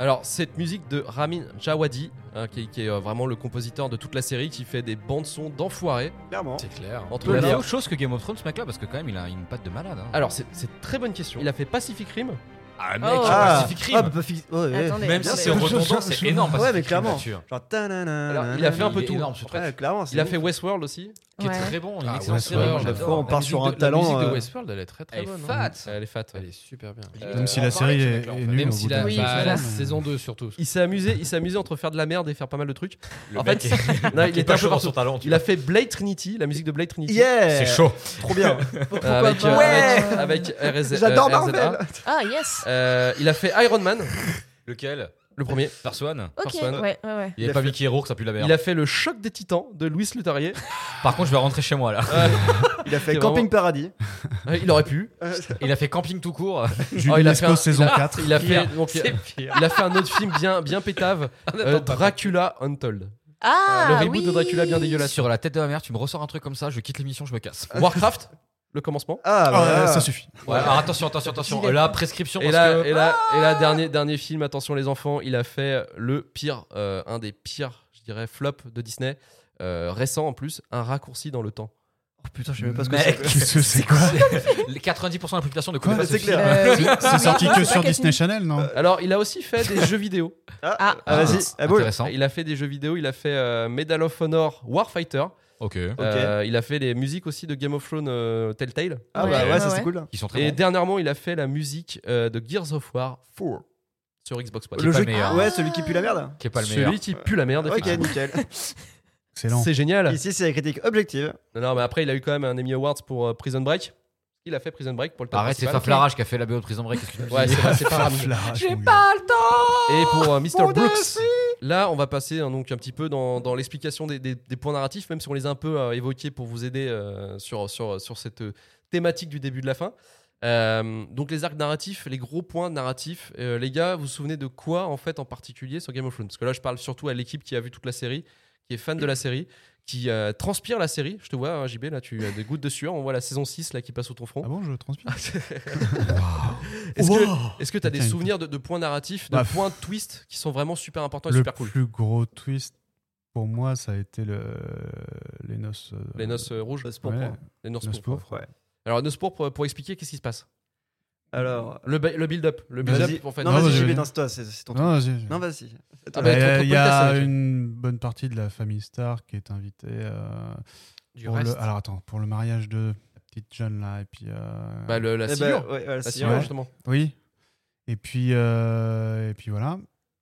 Alors cette musique de Ramin Djawadi, hein, qui, qui est euh, vraiment le compositeur de toute la série, qui fait des bandes son d'enfoirés. Clairement. C'est clair. Entre il a les fait autre chose que Game of Thrones ce mec là parce que quand même il a une patte de malade hein. Alors c'est c'est une très bonne question. Il a fait Pacific Rim. ah Oh. mec Ah, Pacific Rim. ah, bah, Pacific- ouais, ouais. attendez. même si attendez. c'est redondant c'est énorme Pacific Ouais, mais Rim, clairement. là-dessus. Genre, tanana, Alors, il a fait un peu Il est tout. énorme, ce truc. Ouais, clairement. c'est Il a ouf. fait Westworld aussi. qui est Ouais. très bon une Ah, excellente Westworld, série, j'adore. j'adore. Fois, on La part musique sur de- un la talent, musique de euh, Westworld, Westworld elle est très très elle Ah, est bonne. hein. fat Elle est fat. ouais. Elle est super bien. Limite, Même on si en la parle série avec ce est, mec-là, en est fait. nulle Même au si bout la, d'un Oui, certain bah, voilà. la moment, mais- saison 2 surtout. Il s'est amusé, il s'est amusé entre faire de la merde et faire pas mal de trucs. Le En mec fait, est- Non, il il euh, est était pas un chaud peu dans partout. son talent tu Il a vois. fait Blade Trinity, la musique de Blade Trinity. Yeah c'est chaud Trop bien. Pourquoi avec, pas euh, Ouais avec, avec RZ, J'adore euh, RZA. Marvel. Ah, yes. Euh, il a fait Iron Man, lequel le premier. Persone Ok, First One. ouais, ouais, ouais. il n'y a pas Mickey Rourke ça pue la Il merde a fait le choc des titans de Louis Leterrier. par contre je vais rentrer chez moi là Il a fait C'est Camping vraiment- Paradis. Euh, il aurait pu. il a fait camping tout <laughs> court Euh, Julie Oh, il a Lescaut, fait un- saison il a- 4. Il a fait, donc, euh, c'est pire il a fait un autre film bien, bien <laughs> pétave, euh, Dracula Untold. Ah, le reboot oui. de Dracula bien Là, dégueulasse. sur la tête de ma mère, tu me ressors un truc comme ça, je quitte l'émission, je me casse. Warcraft, le commencement. Ah, Ah, bah, ça suffit. Ah, Ouais, alors attention, attention, attention. Euh, Là, prescription. Et parce là, que- <laughs> Ah et là, et là, dernier, dernier film, attention les enfants, il a fait le pire, euh, un des pires, je dirais, flops de Disney, euh, récent en plus, un raccourci dans le temps. Oh, putain, je sais même pas ce que Mec. c'est. <laughs> Qu'est-ce que c'est quoi les 90% de la population ne connaît Quoi pas C'est ce clair. film. Euh, oui, C'est oui, sorti oui, que c'est sur pas Disney Catherine. Channel, non Alors, il a aussi fait des jeux vidéo. Ah, Ah. ah, vas-y. Ah, Ah, bon. intéressant. Il a fait des jeux vidéo, il a fait euh, Medal of Honor Warfighter. Ok. Euh, il a fait les musiques aussi de Game of Thrones euh, Telltale. Ah, Ouais, bah, ouais, ouais, ça, c'est ouais. cool. Ils sont très Et bons. dernièrement, il a fait la musique euh, de Gears of War 4 sur Xbox One. Qui est Le pas jeu le meilleur. Ouais, celui qui pue la merde. Qui est pas le meilleur. Celui qui pue la merde. Ok, effectivement. nickel. Excellent. C'est génial. Ici, c'est la critique objective. Non, non, mais après, il a eu quand même un Emmy Awards pour euh, Prison Break. Il a fait Prison Break pour le thème Arrête, c'est principal. Faflarage qui a fait la BO de Prison Break. qu'est-ce que tu me Ouais, dis c'est pas, c'est pas Rami. Flash, J'ai Ah, mon gars. pas le temps Et pour euh, Mr. Mon Dieu, Brooks, là, on va passer hein, donc un petit peu dans, dans l'explication des, des- des points narratifs, même si on les a un peu euh, évoqués pour vous aider euh, sur, sur, sur cette euh, thématique du début de la fin. Euh, donc les arcs narratifs, les gros points narratifs. Euh, les gars, vous vous souvenez de quoi en fait en particulier sur Game of Thrones Parce que là, je parle surtout à l'équipe qui a vu toute la série, qui est fan de la série, qui euh, transpire la série. Je te vois, hein, JB, là, tu as des gouttes de sueur. On voit la saison 6 là qui passe sous ton front. Ah bon, je transpire. Est-ce que- Wow. est-ce que tu as des Putain, souvenirs de, de points narratifs, de Bah, pff. points twists qui sont vraiment super importants et Le super cool plus gros twist pour moi, ça a été le... les noces. euh, Les noces euh, rouges, Noces ouais, pourpres. les noces les noces pourpres. pourpres. Alors, noces pourpres, pour, pour expliquer, qu'est-ce qui se passe Alors. Le, ba- le build-up. Le Vas-y. build-up, en fait. Non, Non, vas-y, vas-y, j'y vais vas-y. dans ce- toi, c'est c'est ton truc. Non, j'ai- Non, vas-y. Ah Il bah, y a- ton- ton il y a podcast, ça, une bonne partie de la famille Star qui est invitée euh, Du pour reste. le. Alors attends, pour le mariage de la petite jeune là et puis. euh, Bah, le- la Eh ben, silure. ouais, voilà, la si, silure, ouais. justement. Oui. Et puis euh, et <laughs> puis voilà.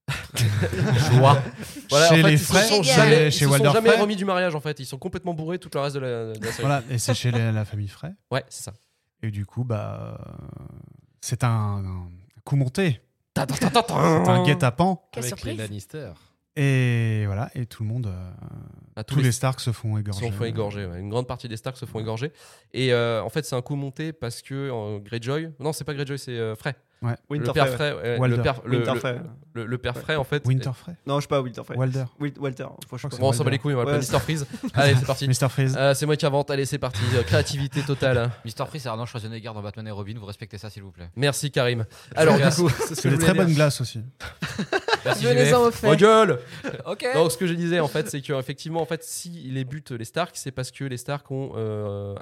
<laughs> Joie. Voilà, chez en fait, les ils se frères, sont chez- jamais, chez ils se sont Walder jamais Frey. remis du mariage, en fait. Ils sont complètement bourrés tout le reste de la, de la série. Voilà, et c'est chez la, la famille Frey. Ouais, c'est ça. Et du coup, bah, euh, c'est un, un coup monté, c'est un guet-apens. Quelle Avec les surprise Lannister. Et voilà, et tout le monde, euh, À tous, les Stark se font se égorger. font égorger. ouais. Une grande partie des Stark se font égorger. Et euh, en fait, c'est un coup monté parce que euh, Greyjoy. Non, c'est pas Greyjoy, c'est euh, Frey. le Winterfell. père Frey. ouais, Walder. le père, le, Winterfell. le- le- le père Frey, en fait. Winterfrey, Non, je sais pas Winterfell. Walder, Wal- Walter. Faut que je Je crois que Bon, on s'en bat Walder. les couilles, on va Ouais. appeler Euh, Mr. Freeze. Allez, c'est <laughs> parti. Mr. Freeze. Euh, c'est moi qui invente, allez c'est parti, Euh, créativité totale. Mister Freeze, c'est Arnold Schwarzenegger dans Batman et Robin. Vous respectez ça, s'il vous plaît. Merci Karim. Alors du Merci. coup, Parce que les très bonnes glaces aussi. Merci, Venez-en JBF. au oh fait. gueule <laughs> Ok. Donc ce que je disais en fait, c'est que effectivement en fait, si les butent les Stark, c'est parce que les Stark ont, euh,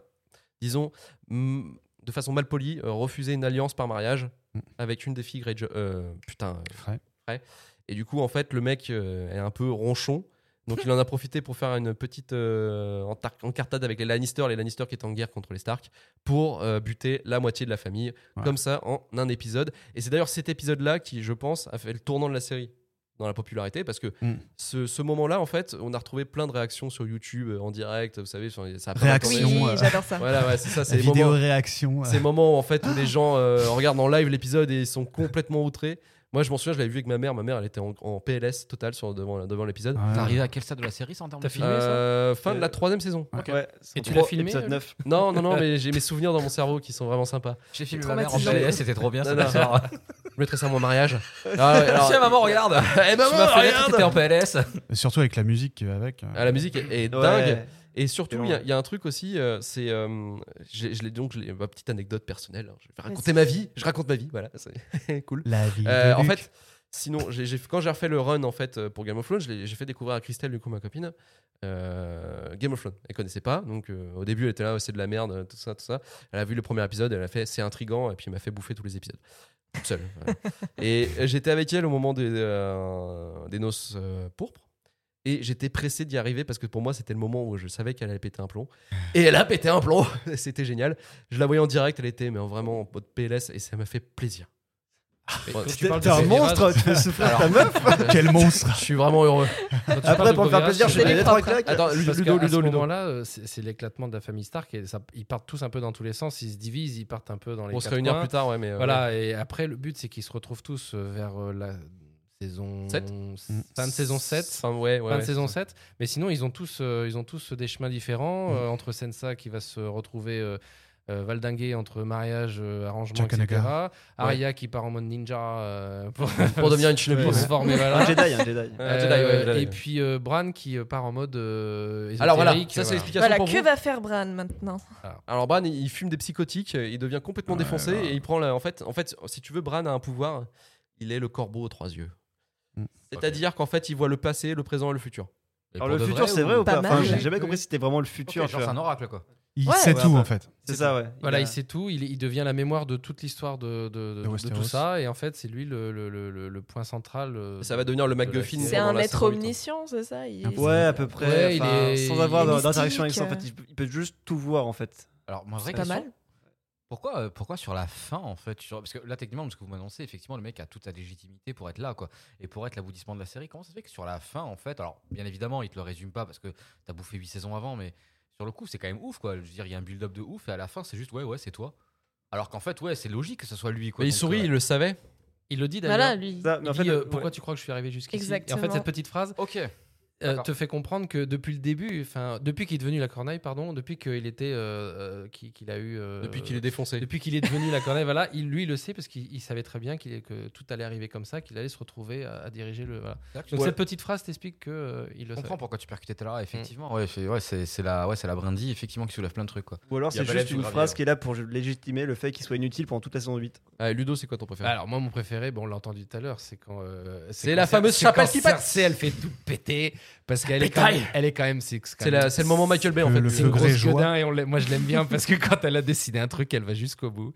disons, mm, de façon malpolie, euh, refusé une alliance par mariage Mm. avec une des filles Greyjoy. euh, putain. euh, Frey. Et du coup en fait, le mec euh, est un peu ronchon. Donc il en a profité pour faire une petite euh, entar- encartade avec les Lannister, les Lannister qui étaient en guerre contre les Stark, pour euh, buter la moitié de la famille, Ouais. comme ça, en un épisode. Et c'est d'ailleurs cet épisode-là qui, je pense, a fait le tournant de la série dans la popularité, parce que Hmm. Mm. ce, ce moment-là, en fait, on a retrouvé plein de réactions sur YouTube, euh, en direct, vous savez, sur- ça a pas Réaction, mal tourné. Oui, euh, <laughs> j'adore ça. Voilà, ouais, c'est ça, <laughs> c'est les Vidéo moments, réaction. euh, ces moments, en fait, où les gens euh, regardent en live l'épisode et ils sont complètement outrés. Moi, je m'en souviens, je l'avais vu avec ma mère. Ma mère, elle était en, en PLS total sur, devant, devant l'épisode. Ouais. T'es arrivé à quel stade de la série, ça, en termes de T'as film filmé ça Euh, fin de la Euh, troisième saison. Ouais, ouais, c'est Et tu trois- l'as filmé, Épisode euh, 9. Non, non, non, mais j'ai mes souvenirs dans mon cerveau qui sont vraiment sympas. J'ai filmé C'est ma mère en traumatisant. PLS, Eh, c'était trop bien. Non, ça, non. la soirée. Je mettrai ça à mon mariage. Ah, <laughs> ouais, alors- Tiens, maman, regarde. <laughs> Eh, maman, Tu m'as fait rire, regarde t'étais en PLS. Surtout avec la musique qui va avec. euh. Ah, la musique est, est Ouais. dingue. Et surtout, C'est il y a- long. il y, a un truc aussi, euh, c'est. euh, j'ai- je l'ai donc, je l'ai- ma petite anecdote personnelle. hein. Je vais raconter ma vie. Je raconte ma vie, voilà, c'est cool. La vie. Euh, de en Luc. fait, sinon, j'ai j'ai- quand j'ai refait le run en fait euh, pour Game of Thrones, je l'ai- j'ai fait découvrir à Christelle, du coup, ma copine, euh, Game of Thrones. Elle connaissait pas, donc euh, au début, elle était là, Ouais, c'est de la merde, tout ça, tout ça. Elle a vu le premier épisode, elle a fait, c'est intriguant, et puis elle m'a fait bouffer tous les épisodes. Toute seule. <laughs> voilà. et euh, j'étais avec elle au moment des, euh, des noces euh, pourpres. Et j'étais pressé d'y arriver parce que pour moi, c'était le moment où je savais qu'elle allait péter un plomb. Et elle a pété un plomb. C'était génial. Je la voyais en direct. Elle était mais en- vraiment en mode PLS et ça m'a fait plaisir. Ouais. T'es t'es un monstre, tu fais souffrir ta meuf. <laughs> Quel monstre Je suis vraiment heureux. Après, pour me faire plaisir, je c'est vais les donner trois propres. claques. Attends, Ludo, Parce Ludo, qu'à Ludo, ce Ludo. moment-là, euh, c'est c'est l'éclatement de la famille Stark et ça- ils partent tous un peu dans tous les sens, ils se divisent, ils partent un peu dans les On se quatre réunir coins. plus tard, ouais, mais. euh, ouais. Voilà, et après le but c'est qu'ils se retrouvent tous euh, vers euh, la saison Sept. fin de saison 7. Enfin, ouais, ouais, Fin de ouais, saison c'est ça. 7, mais sinon ils ont tous, euh, ils ont tous des chemins différents Mm. euh, entre Sensa qui va se retrouver euh, euh, valdinguer entre mariage, euh, arrangement, Chaka etc. Naka. Aria qui part en mode ninja euh, pour, <laughs> Pour devenir une shinobi. <laughs> pour se ouais. former. voilà. Un Jedi, un Jedi. Un Jedi, ouais, Euh, Jedi. Et puis euh, Bran qui euh, part en mode. euh, Alors voilà, ésotérique, ça c'est voilà. l'explication Voilà, pour que vous. va faire Bran maintenant Alors Bran, il il fume des psychotiques, euh, il devient complètement défoncé et il prend la. En fait, en fait, si tu veux, Bran a un pouvoir. Il est le corbeau aux trois yeux. Mm. C'est-à-dire qu'en fait, il voit le passé, le présent et le futur. Et Alors pour le de futur, c'est vrai ou Pas pas Enfin, mal, j'ai ouais. jamais compris si c'était vraiment le Ok, futur. genre, tu c'est vois. un oracle, quoi. Il Ouais, sait ouais, tout bah. en fait. C'est ça, ouais. Voilà, bah, Il a- il sait tout, il, il devient la mémoire de toute l'histoire de, de, de- de Westeros. tout ça, et en fait, c'est lui le, le- le- le- le point central. euh, Ça va devenir le de la MacGuffin. série. C'est pendant un la être saison huit, hein. omniscient, c'est ça Il- Ouais, à peu près. Ouais, il enfin, est- Sans il est avoir mystique, d'interaction avec ça, en euh. fait, il peut- il peut juste tout voir, en fait. Alors, moi, vraie Pas question. mal. Pourquoi, euh, pourquoi sur la fin, en fait sur- Parce que là, techniquement, ce que vous m'annoncez, effectivement, le mec a toute sa légitimité pour être là, quoi. Et pour être l'aboutissement de la série. Comment ça se fait que sur la fin, en fait, alors, bien évidemment, il te le résume pas parce que t'as bouffé 8 saisons avant, mais sur le coup, c'est quand même ouf, quoi. Je veux dire, il y a un build-up de ouf, et à la fin, c'est juste, ouais, ouais, c'est toi. Alors qu'en fait, ouais, c'est logique que ce soit lui, quoi. Mais il Donc, sourit, euh, il le savait. Il le dit d'ailleurs. Voilà, lui. Ça, Il mais en fait, dit, euh, ouais. pourquoi tu crois que je suis arrivé jusqu'ici Et en fait, Exactement. cette petite phrase Ok. euh, D'accord. te fait comprendre que depuis le début, enfin, depuis qu'il est devenu la corneille, pardon, depuis qu'il était, euh, euh, qu'il qu'il a eu, euh, Depuis qu'il est défoncé. depuis qu'il est devenu la corneille, voilà, il, lui, il le sait parce qu'il il savait très bien qu'il que tout allait arriver comme ça, qu'il allait se retrouver à, à diriger le. Voilà. C'est vrai que tu Donc dois- cette petite phrase t'explique que euh, il Je le savait. comprends pourquoi tu percutais là, effectivement. Ouais, c'est ouais, c'est- c'est la, ouais, c'est la brindille, effectivement, qui soulève plein de trucs, quoi. Ou alors Il y a c'est Valette juste ou une Gravier, phrase ouais. qui est là pour légitimer le fait qu'il soit inutile pendant toute la saison 8. Allez, Ah, Ludo, c'est quoi ton préféré Alors moi mon préféré, bon on l'a entendu tout à l'heure, c'est quand euh, C'est quand la Cer- fameuse c'est chapelle quand qui pète. Cersei, elle fait tout péter parce qu'elle est quand même, elle est quand même c'est C'est la- c'est le moment Michael Bay en Le- fait. le C'est c'est une feu gros- grec. grosse Grégeois. gueudin et on l'a- moi je l'aime bien parce que quand elle a décidé un truc, elle va jusqu'au bout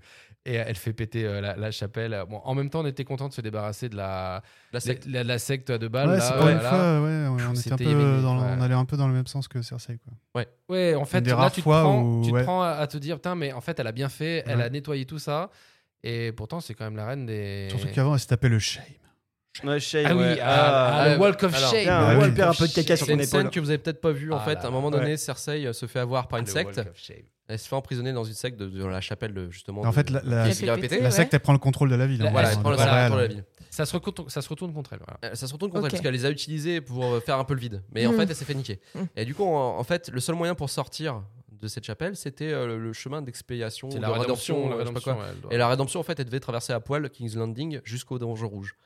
et euh, elle fait péter euh, la, la chapelle. Bon, en même temps, on était content de se débarrasser de la la secte. la, la secte de Ouais, Bâle. Ah là, c'est pour une voilà. fois, ouais, on, était un C'était peu Yéménite, dans le- on ouais. allait un peu dans le même sens que Cersei. Quoi. Ouais. ouais, en fait, des là, rares tu te, fois prends, où- tu te ouais. prends à, à te dire, putain, mais en fait, elle a bien fait, elle Ouais. a nettoyé tout ça. Et pourtant, c'est quand même la reine des. Surtout qu'avant, elle s'est tapée le shame. Ouais, Shane, Ah oui, ouais. ah, Ah, ah, le ouais. Walk of Alors, Shame. putain, Ah le oui. Walk perd un of peu de caca sur C'est ton une scène épaule. que vous avez peut-être pas vue en Ah fait. là à un là. moment donné, Cersei euh, se fait avoir Ah, par une secte. Shame. Elle se fait emprisonner dans une secte de- dans la chapelle de- justement. En de- fait, la, la- Elle Elle se fait fait péter, péter. la ouais. secte, elle prend le contrôle de la ville. hein. Voilà, elle elle prend prend le le c'est voilà, vrai, contrôle de la elle. ville. Ça se, retourne, ça se retourne contre elle. voilà. Euh, Ça se retourne contre Ok. elle parce qu'elle les a utilisés pour euh, faire un peu le vide. Mais en Mm. fait, elle s'est fait niquer. Mm. Et du coup, en, en fait, le seul moyen pour sortir de cette chapelle, c'était euh, le, le chemin d'expiation, de rédemption, euh, je sais pas quoi. ouais, elle doit- Et la rédemption, en fait, elle devait traverser à poil King's Landing jusqu'au Donjon Rouge.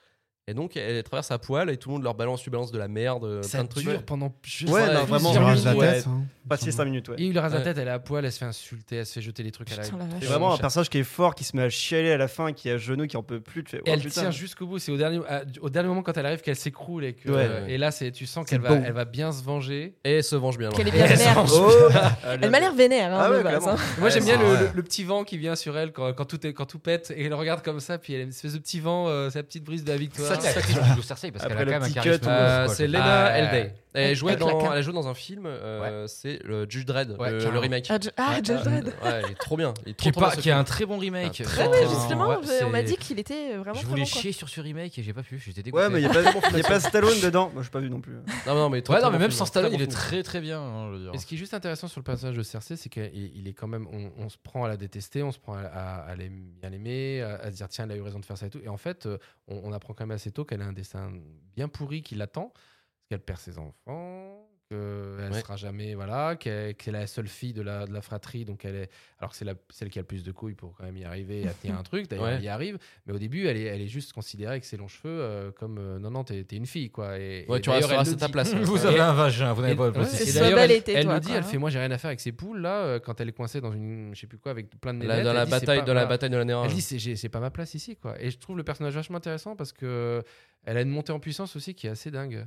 Et donc, elle traverse à poil et tout le monde leur balance, lui balance de la merde, euh, ça plein de trucs. dure pendant juste Ouais, cinq non, minutes. vraiment, Elle se rase la Ouais. tête, hein. Passer 5 minutes, ouais. Et il lui rase la Ouais. tête, elle est à poil, elle se fait insulter, elle se fait jeter des trucs à la Putain, la vache. C'est vraiment un Chaque- personnage qui est fort, qui se met à chialer à la fin, qui est à genoux, qui en peut plus. Tu fais, oh, Elle putain. tient jusqu'au bout. C'est au dernier, à- au dernier moment quand elle arrive qu'elle s'écroule et que Ouais. euh, et là c'est tu sens C'est qu'elle va, beau. elle va bien se venger. Et elle se venge bien. Qu'elle est alors. bien vénère. Oh Elle m'a l'air vénère. hein, Ah ouais, de base, clairement. hein. Moi Ouais, j'aime c'est- bien le, ouais. le- le petit vent qui vient sur elle quand, quand tout est quand tout pète et elle regarde comme ça puis elle a une espèce de petit vent, euh, sa petite brise de la victoire. Ça, c'est ça qui joue Blue Cersei, parce qu'elle a Après quand le même un petit charisme. cut, de Euh, ouf, quoi. c'est Lena Ah, Elday. Elle, Avec- jouait avec la dans- cape. elle a joué dans un film, euh, c'est le Judge Dredd, Ouais, le- le, carrément. remake. Ah, Ju- Ah, Judge Dredd. Ouais, il est trop bien. Il est trop, Qui est, trop pas- bien, ce qui est film. un très bon remake. Un Putain, très Ouais, bon, justement, ouais, on m'a c'est- dit qu'il était vraiment Je très voulais bon, quoi. chier sur ce remake et j'ai pas pu, j'étais dégoûté. Ouais, mais il n'y <laughs> a, pas- y a pas Stallone dedans. Moi, je pas vu non plus. Non, non, mais, trop, Ouais, non, très bon mais même film, sans Stallone, très il bon est film. très très bien. hein, je veux dire. <laughs> Et ce qui est juste intéressant sur le personnage de Cersei, c'est qu'il il est quand même, on, on se prend à la détester, on se prend à, à- à l'aim- à l'aimer, à, à se dire tiens, elle a eu raison de faire ça et tout. Et en fait, euh, on, on apprend quand même assez tôt qu'elle a un destin bien pourri qui l'attend, parce qu'elle perd ses enfants, qu'elle Ouais. sera jamais, voilà, qu'elle qu'elle est la seule fille de la, de la fratrie, donc elle est, alors que c'est la- celle qui a le plus de couilles pour quand même y arriver, et à tenir un truc. D'ailleurs, Ouais. elle y arrive, mais au début, elle est, elle est juste considérée avec ses longs cheveux euh, comme euh, non, non, t'es t'es une fille, quoi. Et, Ouais, et tu d'ailleurs, resteras elle le à ta dit. place. Vous Ouais. avez un vagin, vous Et- n'avez pas le ouais, préciser. bah, et Sois d'ailleurs, belle elle, et tais-toi, elle nous dit, quoi, elle hein. fait, moi j'ai rien à faire avec ces poules là, euh, quand elle est coincée dans une, je sais plus quoi, avec plein de hein. La- nénettes, dans elle la dit, c'est bataille, pas dans la ma- bataille de la Néra. Elle dit, c'est j'ai- c'est pas ma place ici, quoi. Et je trouve le personnage vachement intéressant parce que elle a une montée en puissance aussi qui est assez dingue.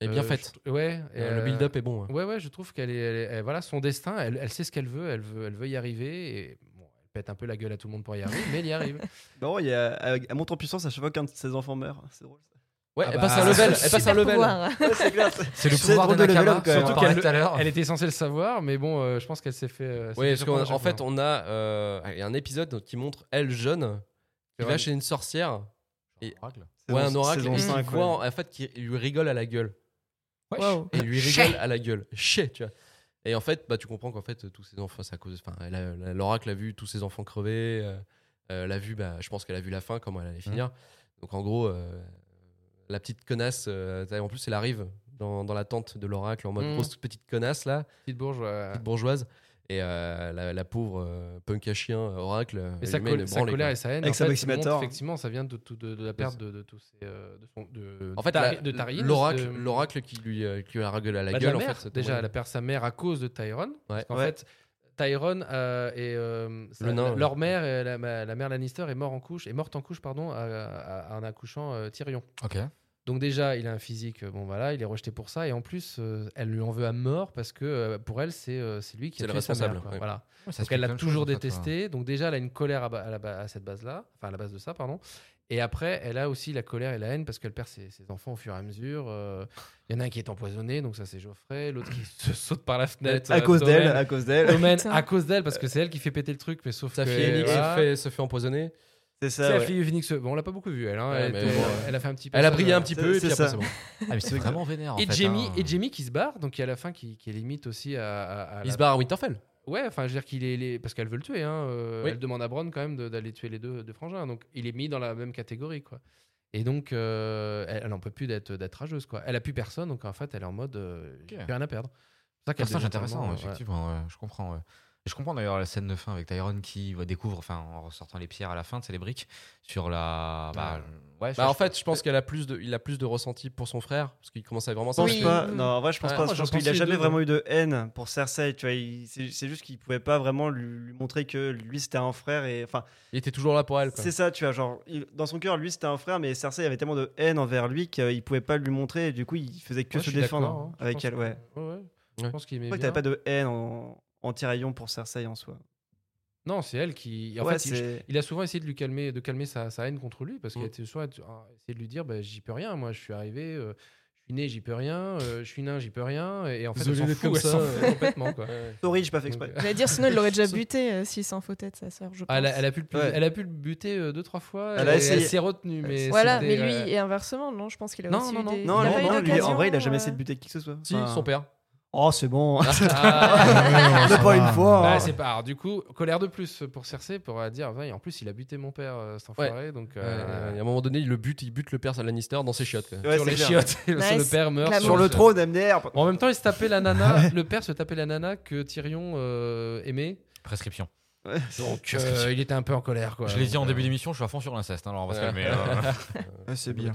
Elle est bien Euh, faite. je- ouais. et, Euh, Le euh, build-up est bon. ouais. Ouais, ouais, je trouve qu'elle est, elle est- elle- voilà, son destin, elle, elle sait ce qu'elle veut, elle veut, elle veut y arriver. Et bon, elle pète un peu la gueule à tout le monde pour y arriver, mais elle y <laughs> arrive. Non, il y a, elle, elle monte en puissance à chaque fois qu'un de ses enfants meurt. C'est drôle. ça. Ouais, Ah elle bah, passe un level. Super Elle passe un level. pouvoir. Ouais, c'est clair. c'est- C'est le C'est pouvoir drôle de de level Nakama, up, quand même. surtout Surtout qu'elle qu'elle- tout à l'heure. Elle était censée le savoir, mais bon, euh, je pense qu'elle s'est fait. euh, s'est Ouais, fait parce surprendre à qu'en en chaque fait, fois. on a, euh, il y a un épisode qui montre elle jeune, qui C'est va vrai. chez une sorcière, Et- Saison- ouais, un oracle, saison et qui cinq, ouais. voit en en fait qui lui rigole à la gueule, Wow. et lui Chais. rigole à la gueule, chais, tu vois. Et en fait, bah tu comprends qu'en fait tous ses enfants, c'est à cause, enfin, elle a- la- l'oracle a vu tous ses enfants crever, euh, euh, elle a vu, bah, je pense qu'elle a vu la fin, comment elle Hein. allait finir. Donc en gros, euh, la petite connasse, euh, en plus elle arrive dans, dans la tente de l'oracle en mode Mhm. grosse petite connasse là, petite bourge. euh, ouais. petite bourgeoise. Et euh, la, la pauvre euh, punk à chien euh, oracle. Mais elle sa, lui met col- une sa branlée, colère quoi. et sa haine, Avec en sa hein. fait, Maximator. montre, effectivement, ça vient de, tout- de, de la perte de, de tous ces. euh, de son- de- En fait, Tari- la- de Tyrene, l'oracle, de- l'oracle qui lui, euh, qui lui a rigolé à la bah, de gueule, la en mère. fait. c'est Déjà, tombé. elle a perdu sa mère à cause de Tyrone. Ouais. En Ouais. fait, Tyrone euh, et euh, sa- Le nain, la- ouais. leur mère, euh, la, ma- la mère Lannister, est, mort en couche, est morte en couche pardon, à, à- à un accouchant euh, Tyrion. Ok. Donc déjà, il a un physique, euh, bon voilà, il est rejeté pour ça, et en plus, euh, elle lui en veut à mort parce que euh, pour elle, c'est euh, c'est lui qui C'est est le le responsable. responsable, ouais. Voilà. Ouais, ça Parce qu'elle l'a explique plein de toujours choses, en fait, détesté. Donc déjà, elle a une colère à, ba- à la ba- à cette base-là, enfin à la base de ça, pardon. Et après, elle a aussi la colère et la haine parce qu'elle perd ses, ses enfants au fur et à mesure. euh, Il y en a un qui est empoisonné, donc ça c'est Geoffrey. L'autre qui se saute par la fenêtre. à euh, cause d'elle, Tommen. à cause d'elle. Tommen, Putain. à cause d'elle, parce que c'est elle qui fait péter le truc, mais sauf Sa que- fille Phoenix voilà. se, fait, se fait empoisonner. C'est C'est ça. la ouais. fille Phoenix. Bon, on l'a pas beaucoup vue, elle. hein. Ouais, elle, mais était- bon, elle a fait un petit. Elle a brillé un petit c'est- peu et c'est puis après ça. c'est bon. Ah, mais c'est vraiment vénère. En Et fait, Jamie, hein. et Jamie qui se barre, donc il y a la fin qui, qui est limite aussi à. à- à Il la- se barre à Winterfell. Ouais, enfin, je veux dire qu'il est, il est- parce qu'elle veut le tuer. Hein, euh, Oui. Elle demande à Bronn quand même de- d'aller tuer les deux, deux frangins. Donc il est mis dans la même catégorie, quoi. Et donc euh, elle elle en peut plus d'être d'être rageuse, quoi. Elle a plus personne, donc en fait, elle est en mode euh, j'ai Ok. plus rien à perdre. C'est ça Le personnage devient intéressant, vraiment, euh, ouais. effectivement. hein, ouais, je comprends. ouais. Et je comprends d'ailleurs la scène de fin avec Tyrone qui va- découvre, enfin, en ressortant les pierres à la fin, c'est les briques sur la. Bah, ouais, je- Bah, en je- fait, je pense qu'elle a plus de, il a plus de ressenti pour son frère parce qu'il commence à vraiment Je pense s'enfuir. pas. Non, en vrai, je pense Ouais, pas. moi, je je pense qu'il pense a les jamais deux, vraiment eu de haine pour Cersei. Tu vois, il- c'est c'est juste qu'il pouvait pas vraiment lui, lui montrer que lui c'était un frère et enfin Il était toujours là pour elle. quoi. c'est ça. Tu vois, genre il- dans son cœur, lui c'était un frère, mais Cersei avait tellement de haine envers lui qu'il pouvait pas lui montrer. Et du coup, il faisait que Ouais, se je suis d'accord, défendre hein. Je avec pense elle. que- Ouais. ouais, ouais. Je Ouais. pense qu'il aimait Je crois que bien. t'avais pas de haine en, en tiraillon pour Cersei en soi. Non, c'est elle qui. En ouais, fait, il- c'est- Il a souvent essayé de lui calmer, de calmer sa, sa haine contre lui parce qu'il Mm. a été souvent à- à essayer de lui dire bah, j'y peux rien, moi je suis arrivé, euh, je suis né, j'y peux rien, euh, je suis nain, j'y peux rien. Et en fait, elle Désolé s'en d'être fout, comme elle s'en ça, fout euh. complètement. Quoi. Sorry, j'ai pas fait exprès. Donc, euh, J'allais dire, sinon, il l'aurait déjà Ça- buté euh, s'il s'en foutait de sa sœur, je pense. elle, a, elle a pu le, bu- Ouais. elle a pu le buter euh, deux, trois fois. Elle a essayé. s'est retenue. Mais Voilà, mais c'était, lui, euh, et inversement, non, je pense qu'il a Non, aussi non, eu non. des- Non, euh, il a non, pas eu non, lui, en vrai, il a d'occasion, jamais essayé de euh, buter qui que ce soit. Si, Enfin, son père. Oh, c'est bon. <laughs> <laughs> Ah, Deux pas une fois. bah, hein. c'est pas. alors, du coup, colère de plus pour Cersei pour euh, dire ouais, en plus, il a buté mon père, euh, cet enfoiré. Donc, euh, Euh, et à un moment donné, il le bute, il bute le père Lannister dans ses chiottes. quoi. Ouais, sur c'est les clair. chiottes, <laughs> Ouais, le père meurt. la Sur le trône trône, MDR. Bon, en même temps, il se tapait <laughs> la nana, le père se tapait la nana que Tyrion euh, aimait. Prescription. Donc, euh, il était un peu en colère. Quoi. je l'ai dit en Donc, début euh, d'émission, je suis à fond sur l'inceste. hein, alors on va se Ouais. calmer. euh. <laughs> Ah, c'est bien.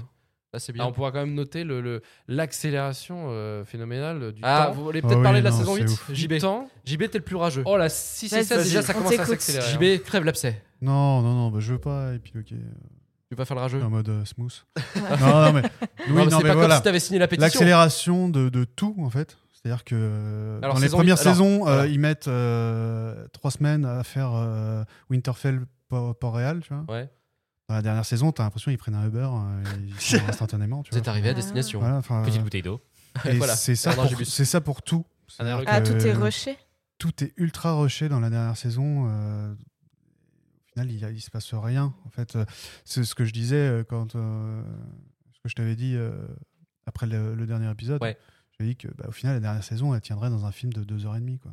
Là, c'est ah, bien. on pourra quand même noter l'accélération le, l'accélération euh, phénoménale du Ah, temps. vous voulez Ah peut-être oui, parler de la non, saison c'est 8 ouf. Du JB, temps. JB, t'es le plus rageux. Oh là, si c'est Vas-y, ça, déjà, ça on commence à t'écoute. s'accélérer. hein. JB, crève l'abcès. Non, non, non, bah, je veux pas épiloguer Mmh. euh, Tu veux pas faire le rageux en mode <laughs> euh, smooth. non, non, mais, oui, non, mais c'est mais pas comme voilà. si t'avais signé la pétition. L'accélération de, de tout, en fait. C'est-à-dire que euh, Alors, dans les saison premières huit, alors, saisons, euh, voilà. ils mettent euh, trois semaines à faire euh, Winterfell Port- Port-Réal, tu vois. Ouais. Dans la dernière saison, t'as l'impression qu'ils prennent un Uber euh, et <laughs> ils sont instantanément, tu Vous vois. êtes arrivé à Ah. destination. Voilà, enfin, Petite bouteille d'eau. et <laughs> Voilà. c'est ça, Bernard pour- Gibus. c'est ça pour tout. C'est-à-dire Ah, que tout est rushé. tout est ultra rushé dans la dernière saison. euh, au final, il, y a- il se passe rien. En fait, Euh, c'est ce que je disais euh, quand euh, ce que je t'avais dit euh, après le, le dernier épisode. Ouais. J'avais dit que bah, au final, la dernière saison, elle tiendrait dans un film de deux heures et demie, quoi.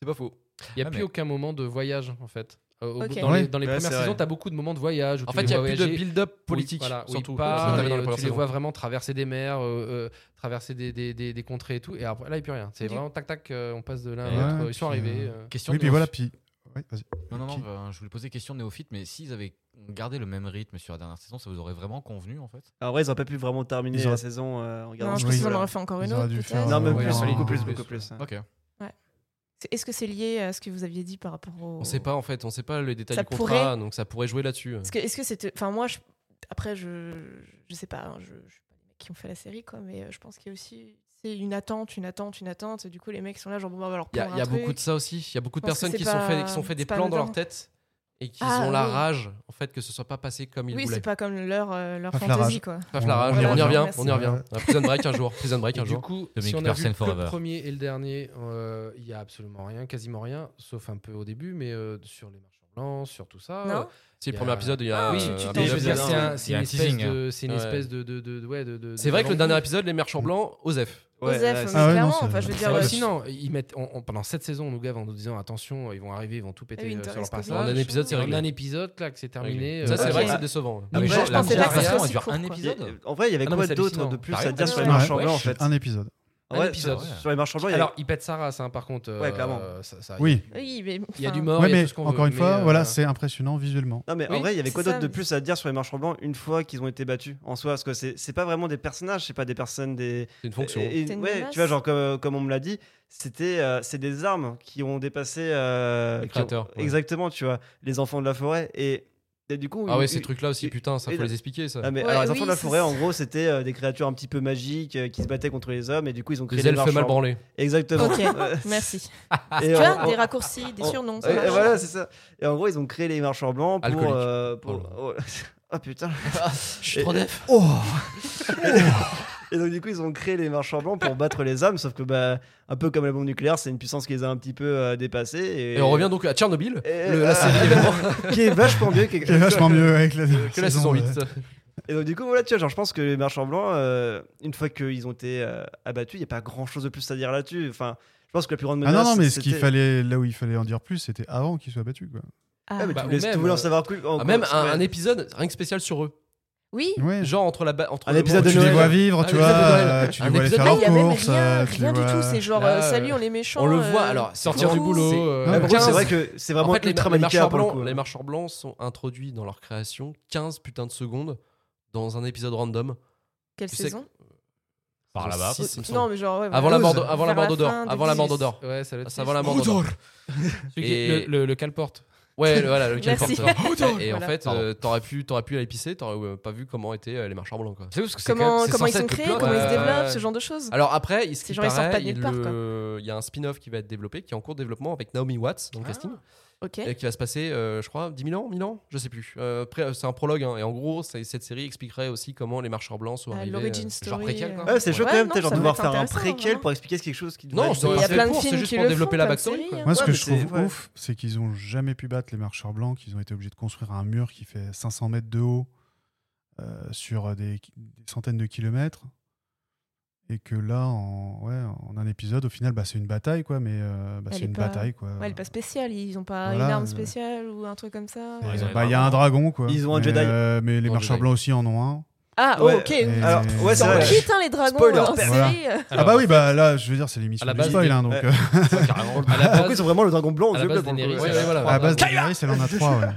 C'est pas faux. Il n'y a Ah, plus mais- aucun moment de voyage, en fait. Euh, au Ok. bout- Dans, Ouais. les, dans les Ouais, premières c'est saisons, vrai. tu as beaucoup de moments de voyage. où En tu fait, les il y a vois plus de voyager. build-up politique. Oui, voilà, où surtout. ils parlent, Comme t'avais dans et, les euh, premières tu les saisons. vois vraiment traverser des mers, euh, euh, traverser des, des, des, des contrées et tout. Et après, là, il n'y a plus rien. C'est Du- vraiment tac tac, euh, on passe de l'un à Ouais, l'autre. Ils puis, sont arrivés. euh, euh. Question Oui, de puis voilà, puis. ouais, vas-y. Non, non, non, Qui- bah, je voulais poser question de néophyte, mais s'ils avaient gardé le même rythme sur la dernière saison, ça vous aurait vraiment convenu en fait En vrai, ils n'ont pas pu vraiment terminer Ils auraient- la saison euh, en Non, regardant je je pense ce pense qu'ils qu'on niveau-là. en aurait fait encore Ils une auraient autre. dû peut-être. faire, Non, euh, même Ouais, plus, non. beaucoup plus, Plus, beaucoup plus. hein. Ok. C'est- Est-ce que c'est lié à ce que vous aviez dit par rapport au. On sait pas en fait, on sait pas les détails Ça du contrat, pourrait- donc ça pourrait jouer là-dessus. Parce que- Est-ce que c'était. Enfin, moi, je- après, je... je sais pas, hein, je... je suis pas les mecs qui ont fait la série, quoi, mais euh, je pense qu'il y a aussi. C'est une attente, une attente, une attente. et Du coup, les mecs sont là, genre, bon, bah, on va leur Il y a, prendre il y a un truc. beaucoup de ça aussi. Il y a beaucoup de Je pense que personnes c'est qui sont pas- fait, qui sont fait des c'est pas plans dans leur anodin. tête et qui Ah, ont la oui. rage en fait que ce soit pas passé comme ils Oui, voulaient. c'est pas comme leur, euh, leur Pas flarage. fantasy, quoi. Bref, la rage, Voilà, on y revient, merci. on y revient. Ouais. Ah, Prison Break un jour, Prison Break Et un du jour. coup, Dominique si on a vu Purcell que le forever. premier et le dernier, euh, il y a absolument rien, quasiment rien, sauf un peu au début, mais euh, sur les marchands blancs, sur tout ça. Non euh, Si le Il y premier a- épisode, il y a. Ah oui, euh, tu- tu un t'en peu mais je veux de- dire, non, c'est un- il c'est y a une un espèce teasing, de, c'est une Ouais. espèce de, de, de- de- ouais, de- de- C'est de vrai que le dernier vampire. épisode, les marchands blancs, Osef. Ouais, Osef, ouais, mais c'est- Ah ouais, clairement, non, c'est- enfin, je veux dire. euh, Ouais, Ouais, mais bah, sinon, ils mettent, on- on- pendant cette saison, on nous gave en nous disant attention, ils vont arriver, ils vont tout péter Ah Et euh, Winter sur leur is coming. passage. En un épisode, c'est En réglé. un épisode, clac, c'est terminé. Ça, euh, c'est ok. vrai que Ah, c'est décevant. Ah, mais Ouais, genre, je la pensais pas que ça première soit saison, elle si dure court, un quoi. Il y a- épisode. En vrai, il y avait Ah non, quoi mais c'est d'autre hallucinant. de plus T'as à raison, dire sur les ouais. marchands Ouais. blancs en fait Un épisode. En vrai, Un épisode, sur- ouais. Sur les marchands blancs, il y a- Alors, il pète sa race, hein, par contre. Ouais, euh, clairement. ça- ça- Oui. Oui, mais. Il y a enfin, du mort, Ouais, il y a mais tout ce qu'on encore veut, une fois, mais, euh, voilà, c'est impressionnant visuellement. Non mais Oui, en vrai, il y avait c'est quoi ça, d'autre de mais- plus à dire sur les marchands blancs une fois qu'ils ont été battus en soi Parce que c'est c'est pas vraiment des personnages, c'est pas des personnes, des. C'est une fonction. Et- et- C'est une ouais, menace. tu vois, genre comme, comme on me l'a dit, c'était euh, c'est des armes qui ont dépassé. euh, Les qui ont- créateurs, ouais. Exactement, tu vois, les enfants de la forêt et. Et du coup, Ah il- ouais, il- ces trucs-là aussi, il- putain, ça il- faut les expliquer ça. Ah, mais, Ouais, alors, Ascension oui, de la c'est forêt, ça. en gros, c'était euh, des créatures un petit peu magiques euh, qui se battaient contre les hommes et du coup, ils ont créé Les les elfes mal marchands. branlés. Exactement. Ok, <laughs> Ouais. merci. Et tu en- vois, en- des raccourcis, Oh. des on- surnoms. ça et- et marche. voilà, c'est ça. Et en gros, ils ont créé les marchands blancs pour. Alcoolique. euh, pour- oh. <laughs> Ah, putain. Je suis trop def. Et donc, du coup, ils ont créé les marchands blancs pour battre les hommes, sauf que, bah, un peu comme la bombe nucléaire, c'est une puissance qui les a un petit peu euh, dépassés. Et, Et on revient donc à Tchernobyl, Et- le- la ah. <laughs> série événement Qui est vachement mieux que, C'est vachement mieux avec la, que la saison 8. Et donc, du coup, voilà, tu vois, genre, je pense que les marchands blancs, euh, une fois qu'ils ont été euh, abattus, il n'y a pas grand chose de plus à dire là-dessus. Enfin, je pense que la plus grande Ah menace. non, non, mais ce qu'il c'était- fallait, là où il fallait en dire plus, c'était avant qu'il soit battu. Quoi. Ah. Eh, Ah, mais Bah, tu ou voulais, tu même, voulais en euh, savoir plus. en- Ah, même ouais. un, un épisode, rien que spécial sur eux. Oui, Ouais. Genre entre la ba- entre Un le épisode moment de où tu Noël. les Ah, vois vivre, tu Un vois, épisode de Noël. euh, tu Un les vois aller épisode- Ah, faire il leurs n'y a même courses, rien, euh, tu les rien du vois- tout. C'est genre, Là, euh, euh, salut, on est méchants. Bah, On le euh, voit, alors sortir coucou. du boulot. euh, Ah, Mais par contre, 15. C'est vrai que c'est vraiment en fait, les, ultra les manichéen marchands pour le blancs, coup. les marchands blancs sont introduits dans leur création 15 putains de secondes dans un épisode random. Quelle Tu sais- saison Par là-bas. Six, il me semble. Non, mais genre, ouais, Avant la mort, voilà. de- avant la Vers mort d'Odor. fin des Avant la mort dix. d'Odor. Ouais, ça doit être Ça six. va la mort d'Odor. Celui qui- Et- le, le, le calporte. Ouais, le- voilà, le Merci. Calporteur. Et en Voilà. fait, Pardon. euh, t'aurais pu, t'aurais pu aller pisser, t'aurais euh, pas vu comment étaient euh, les marchands blancs. Quoi. C'est ouf, parce que c'est quand Comment, même- c'est comment ils censé sont être le créés, plot. euh, comment ils se Ouais. développent, ce genre de choses. Alors après, il, ce qui genre, ils sortent paraît, pas de nulle il part, le- il y a un spin-off qui va être développé, qui est en cours de développement avec Naomi Watts dans le Ah. casting, Euh, Ok. et qui va se passer, euh, je crois, 10 000 ans, 1000 ans, je sais plus. Euh, après, euh, c'est un prologue, hein, et en gros, c'est- cette série expliquerait aussi comment les marchands blancs sont Ah, arrivés. l'origin euh, story, Genre préquel, quoi. euh, Ouais, c'est chaud Ouais, quand même, non, t'as genre ça doit devoir être faire un intéressant, préquel vraiment. pour expliquer quelque chose qui devrait Non, être- c'est Il y a Ouais, plein de pour, c'est films juste qui pour le développer font, la plein de backstory, séries, quoi. hein. Moi, ce Ouais, que mais je trouve c'est- ouais. ouf, c'est qu'ils ont jamais pu battre les marcheurs blancs, qu'ils ont été obligés de construire un mur qui fait 500 mètres de haut euh, sur des, ki- des centaines de kilomètres. Et que là, en, ouais, en un épisode, au final, bah, c'est une bataille, quoi. Mais euh, bah, Elle c'est est une pas- bataille, quoi. Ouais, elle est pas spéciale, ils ont pas Voilà, une arme euh, spéciale ou un truc comme ça. Et, Ouais, ils ont bah, les Il y a un dragon, quoi. Ils ont un mais, Jedi. euh, mais les Un marcheurs Jedi. blancs aussi en ont un. Ah, Ouais, ok. et- oui. Alors, ouais, Ils c'est sont vrai. vite, hein, les dragons Spoiler en alert. série. ah bah oui, bah là, je veux dire, c'est l'émission à la du base, spoil, il- hein, donc... ouais. euh, <laughs> À Par la contre, base, ils ont vraiment le dragon blanc aux à la yeux base, bleus pour le coup. Daenerys, ouais. ouais, voilà. à la base, Voilà. Daenerys, elle en <laughs> a trois, ouais.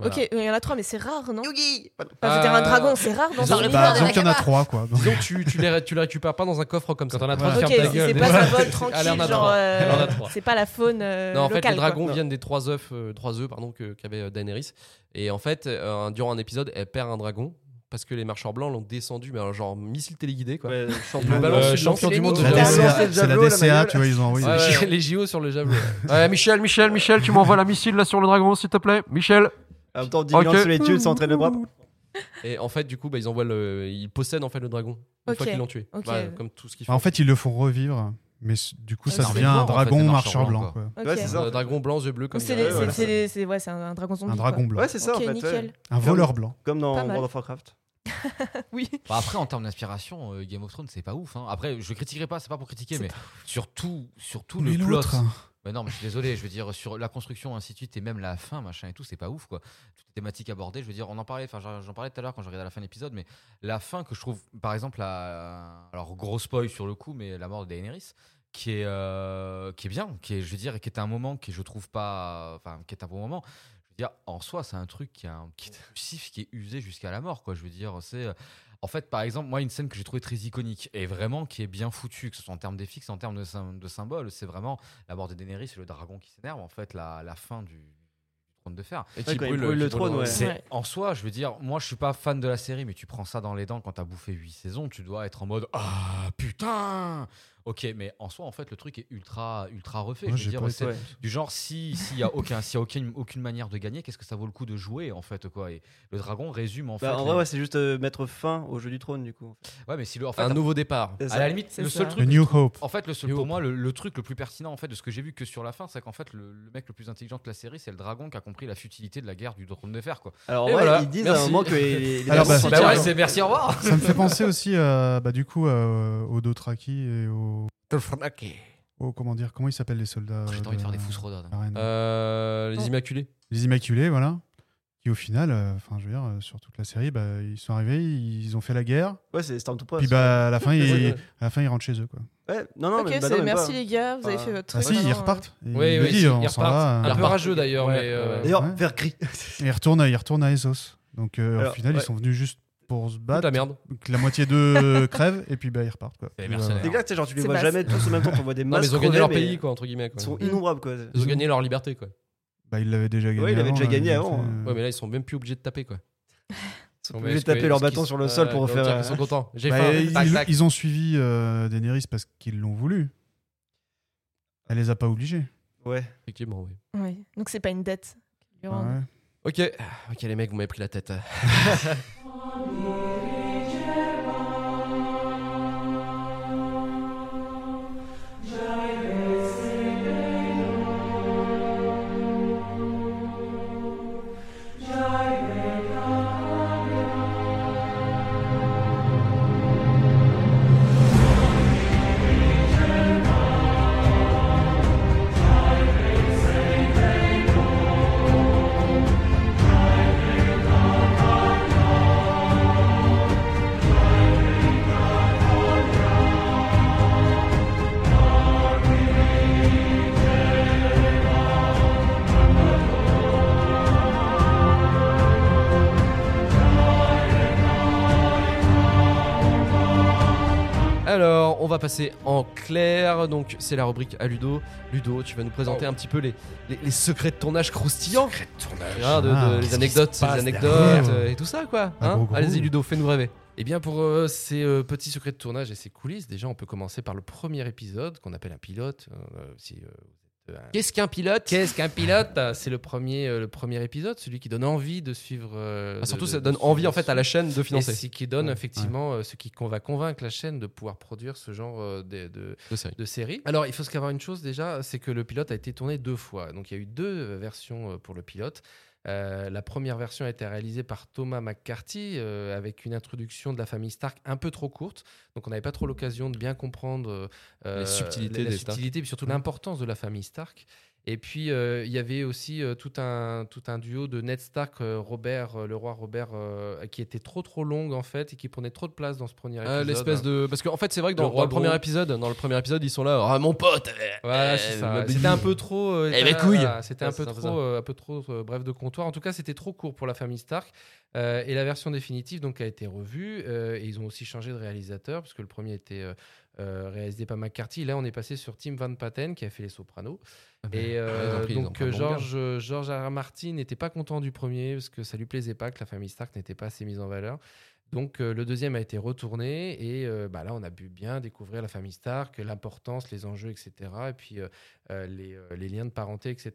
Voilà. Ok, il y en a trois, mais c'est rare, non Yugi Enfin, je veux dire, un Euh, dragon, c'est rare dans ils ont- un Bah, univers. donc, il y en a trois, quoi. Donc, Disons que tu, tu les, ré- tu les récupères pas dans un coffre comme ça. Quand on a Voilà. trois, Ok, ferme ta si gueule. c'est pas un vol Allez, on tranquille, a genre, trois. euh, On a trois. c'est pas la faune euh, Non, en fait, locale. les dragons quoi. viennent des trois œufs, euh, trois œufs pardon, que- qu'avait euh, Daenerys. Et en fait, euh, durant un épisode, elle perd un dragon parce que les marcheurs blancs l'ont descendu, mais alors, genre missile téléguidé quoi. Ouais, Ils l'ont champion. balancé euh, de l'enculé, champion du quoi. la monde Ouais, de- lancé DCA, le c'est la javelot, la DCA, bagnole. tu vois, ils ont envoyé. Ouais, <laughs> ouais. Les JO sur le javelot. Ouais, Michel, Michel, Michel, tu m'envoies la missile là sur le dragon, s'il te plaît, Michel. En même temps, 10 millions de Ok. solitude, ça entraîne le bras. Et en fait, du coup, bah, ils envoient le, ils possèdent en fait le dragon une Ok. fois qu'ils l'ont tué. Ok. Bah, comme tout ce qu'ils font. Bah, en fait, ils le font revivre, mais c- du coup, Ouais, ça c'est devient mort, un en fait, dragon les marcheurs marcheur blancs, blanc. quoi. quoi. Ok. Ouais, c'est ça. un Euh, dragon blanc, yeux bleus Ou comme C'est dirait- les- Ouais, voilà, c'est- c'est- c'est- ouais, c'est un dragon zombie. Un quoi. dragon blanc. Ouais, c'est ça en Ok, fait. ouais. nickel. Un voleur blanc. Comme dans Pas mal. World of Warcraft. <laughs> Oui. Bah, après, en termes d'inspiration, euh, Game of Thrones, c'est pas ouf. hein. Après, je critiquerai pas, c'est pas pour critiquer, C'est mais surtout, surtout le plot. l'autre, hein. Mais non, mais je suis désolé, je veux dire, sur la construction, ainsi de suite, et même la fin, machin et tout, c'est pas ouf, quoi. Toutes les thématiques abordées, je veux dire, on en parlait, enfin, j'en j'en parlais tout à l'heure quand je regardais la fin de l'épisode, mais la fin que je trouve, par exemple, la- alors, gros spoil sur le coup, mais la mort de Daenerys, qui est, euh, qui est bien, qui est, je veux dire, qui est un moment qui, je trouve pas, enfin, qui est un bon moment. Je veux dire, en soi, c'est un truc qui est un qui est poussif, qui est usé jusqu'à la mort, quoi. Je veux dire, c'est. euh, En fait, par exemple, moi, une scène que j'ai trouvée très iconique et vraiment qui est bien foutue, que ce soit en termes d'effets, en termes de, sym- de symboles, c'est vraiment la mort de Daenerys et le dragon qui s'énerve, en fait, la, la fin du, du trône de fer. Et Ouais, qui quand brûle, il brûle qui le trône, ouais. C'est Ouais. en soi, je veux dire, moi je suis pas fan de la série, mais tu prends ça dans les dents quand t'as bouffé 8 saisons, tu dois être en mode Ah putain Ok, mais en soi, en fait, le truc est ultra, ultra refait. Moi, je veux j'ai dire, pas été- c'est du genre, si- s'il n'y a, aucun, s'il y a aucune, aucune manière de gagner, qu'est-ce que ça vaut le coup de jouer, en fait, quoi Et le dragon résume, en fait. Bah, en les- vrai, ouais, c'est juste euh, mettre fin au jeu du trône du coup. Ouais, mais si le. En fait, Un nouveau départ. C'est ça. à la limite, C'est le ça. seul Le truc. New Hope. En fait, le seul, Yo. pour moi, le, le truc le plus pertinent en fait de ce que j'ai vu que sur la fin, c'est qu'en fait, le, le mec le plus intelligent de la série, c'est le dragon qui a compris la futilité de la guerre du drone de fer, quoi. Alors, en Et vrai, voilà, ils disent à un merci. moment que les, les- les Alors, dragons bah, sont Bah tirés. ouais, c'est merci, au revoir. Ça me fait penser aussi, euh, bah, du coup, euh, au Dothraki et au, au- comment dire, comment ils s'appellent les soldats J'ai euh, envie de faire des fausses rodades. la reine Euh, les Non. Immaculés. Les Immaculés, voilà. Qui au final, euh, enfin, je veux dire, euh, sur toute la série, bah, ils sont arrivés, ils ont fait la guerre, Ouais, c'est Stormtroopers. puis bah, à la fin, ils, Ouais. à la fin, ils rentrent chez eux, quoi. Ouais, non, non, Ok, mais bah, c'est- non, mais merci pas. les gars, vous avez Ah. fait votre Ah truc. si, ils maintenant, repartent. Ils Oui, le oui, disent, hein, si, on ils s'en repartent. va. Alors, Un peu par- rageux d'ailleurs, Ouais, mais. euh, ouais. D'ailleurs, Ouais. vers gris. Et ils retournent, ils retournent à Essos. Donc euh, Alors, au final, ouais. ils sont venus juste pour se Bah, battre. la merde. Donc, la moitié d'eux crèvent et puis bah, ils repartent. Quoi. Les Et, mercenaires. Les gars, tu sais, genre, tu les C'est vois basse. jamais tous en même temps, on voit des Non, mais masques. ils ont gagné leur pays, quoi, entre guillemets. quoi. Ils sont innombrables, quoi. Ils ont gagné leur liberté, quoi. Bah, il l'avait déjà gagné. Ouais, il avait avant, déjà là, gagné il avant. hein. était, euh, Ouais, mais là, ils sont même plus obligés de taper, quoi. Ils sont obligés de taper leur bâton sur le sol pour faire, Ils sont euh, contents. J'ai bah, faim. ils, Tac, tac. ils ont suivi euh, Daenerys parce qu'ils l'ont voulu. Elle les a pas obligés. Ouais. Effectivement, oui. Oui. Donc c'est pas une dette. qu'ils lui rendent. Ouais. Ok, ok, les mecs, vous m'avez pris la tête. Alors, on va passer en clair. Donc, c'est la rubrique à Ludo. Ludo, tu vas nous présenter Oh. un petit peu les, les, les secrets de tournage croustillants. Hein, de- de- Ah, les qu'est-ce anecdotes, qui se les passe anecdotes derrière euh, et tout ça, quoi. Ah, hein gros, gros. Allez-y, Ludo, fais-nous rêver. Eh bien, pour euh, ces euh, petits secrets de tournage et ces coulisses, déjà, on peut commencer par le premier épisode qu'on appelle un pilote. euh, si, euh, vous êtes, euh, un- Qu'est-ce qu'un pilote Qu'est-ce qu'un pilote C'est le premier, euh, le premier épisode, celui qui donne envie de suivre. euh, Ah, Surtout, de- ça de- donne de envie en suivre- fait à la chaîne de Et financer. c'est qui donne Ouais, effectivement euh, ce qui con- va convaincre la chaîne de pouvoir produire ce genre euh, de, de- De série. de série. Alors, il faut savoir une chose déjà, c'est que le pilote a été tourné deux fois. Donc, il y a eu deux euh, versions euh, pour le pilote. Euh, la première version a été réalisée par Thomas McCarthy euh, avec une introduction de la famille Stark un peu trop courte. Donc, on n'avait pas trop l'occasion de bien comprendre euh, Les subtilités la- la des Stark. Mm. subtilité, et puis surtout l'importance de la famille Stark. Et puis, euh, il y avait aussi euh, tout, un, tout un duo de Ned Stark, euh, Robert, euh, le roi Robert, euh, qui était trop trop longue en fait et qui prenait trop de place dans ce premier épisode. hein. Euh, L'espèce de. Parce qu'en fait, c'est vrai que Le dans, dans roi le premier gros. épisode, dans le premier épisode, ils sont là. Ah, mon pote Voilà, Euh, ma c'est ça. belle- C'était un peu trop. euh, Eh ben, voilà, couille. C'était un Ouais, peu c'est ça, trop, euh, un peu trop euh, bref de comptoir. En tout cas, c'était trop court pour la famille Stark. Euh, et la version définitive donc a été revue. euh, et ils ont aussi changé de réalisateur parce que le premier était euh, euh, réalisé par McCarthy. Là, on est passé sur Tim Van Patten qui a fait Les Sopranos. Et euh, Ah ben, ils ont pris- ils ont donc pris un bon George, euh, George R. R. Martin n'était pas content du premier parce que ça lui plaisait pas que la famille Stark n'était pas assez mise en valeur. Donc euh, le deuxième a été retourné et euh, bah, là on a pu bien découvrir la famille Stark, l'importance, les enjeux, etc. Et puis euh, euh, les, euh, les liens de parenté, etc.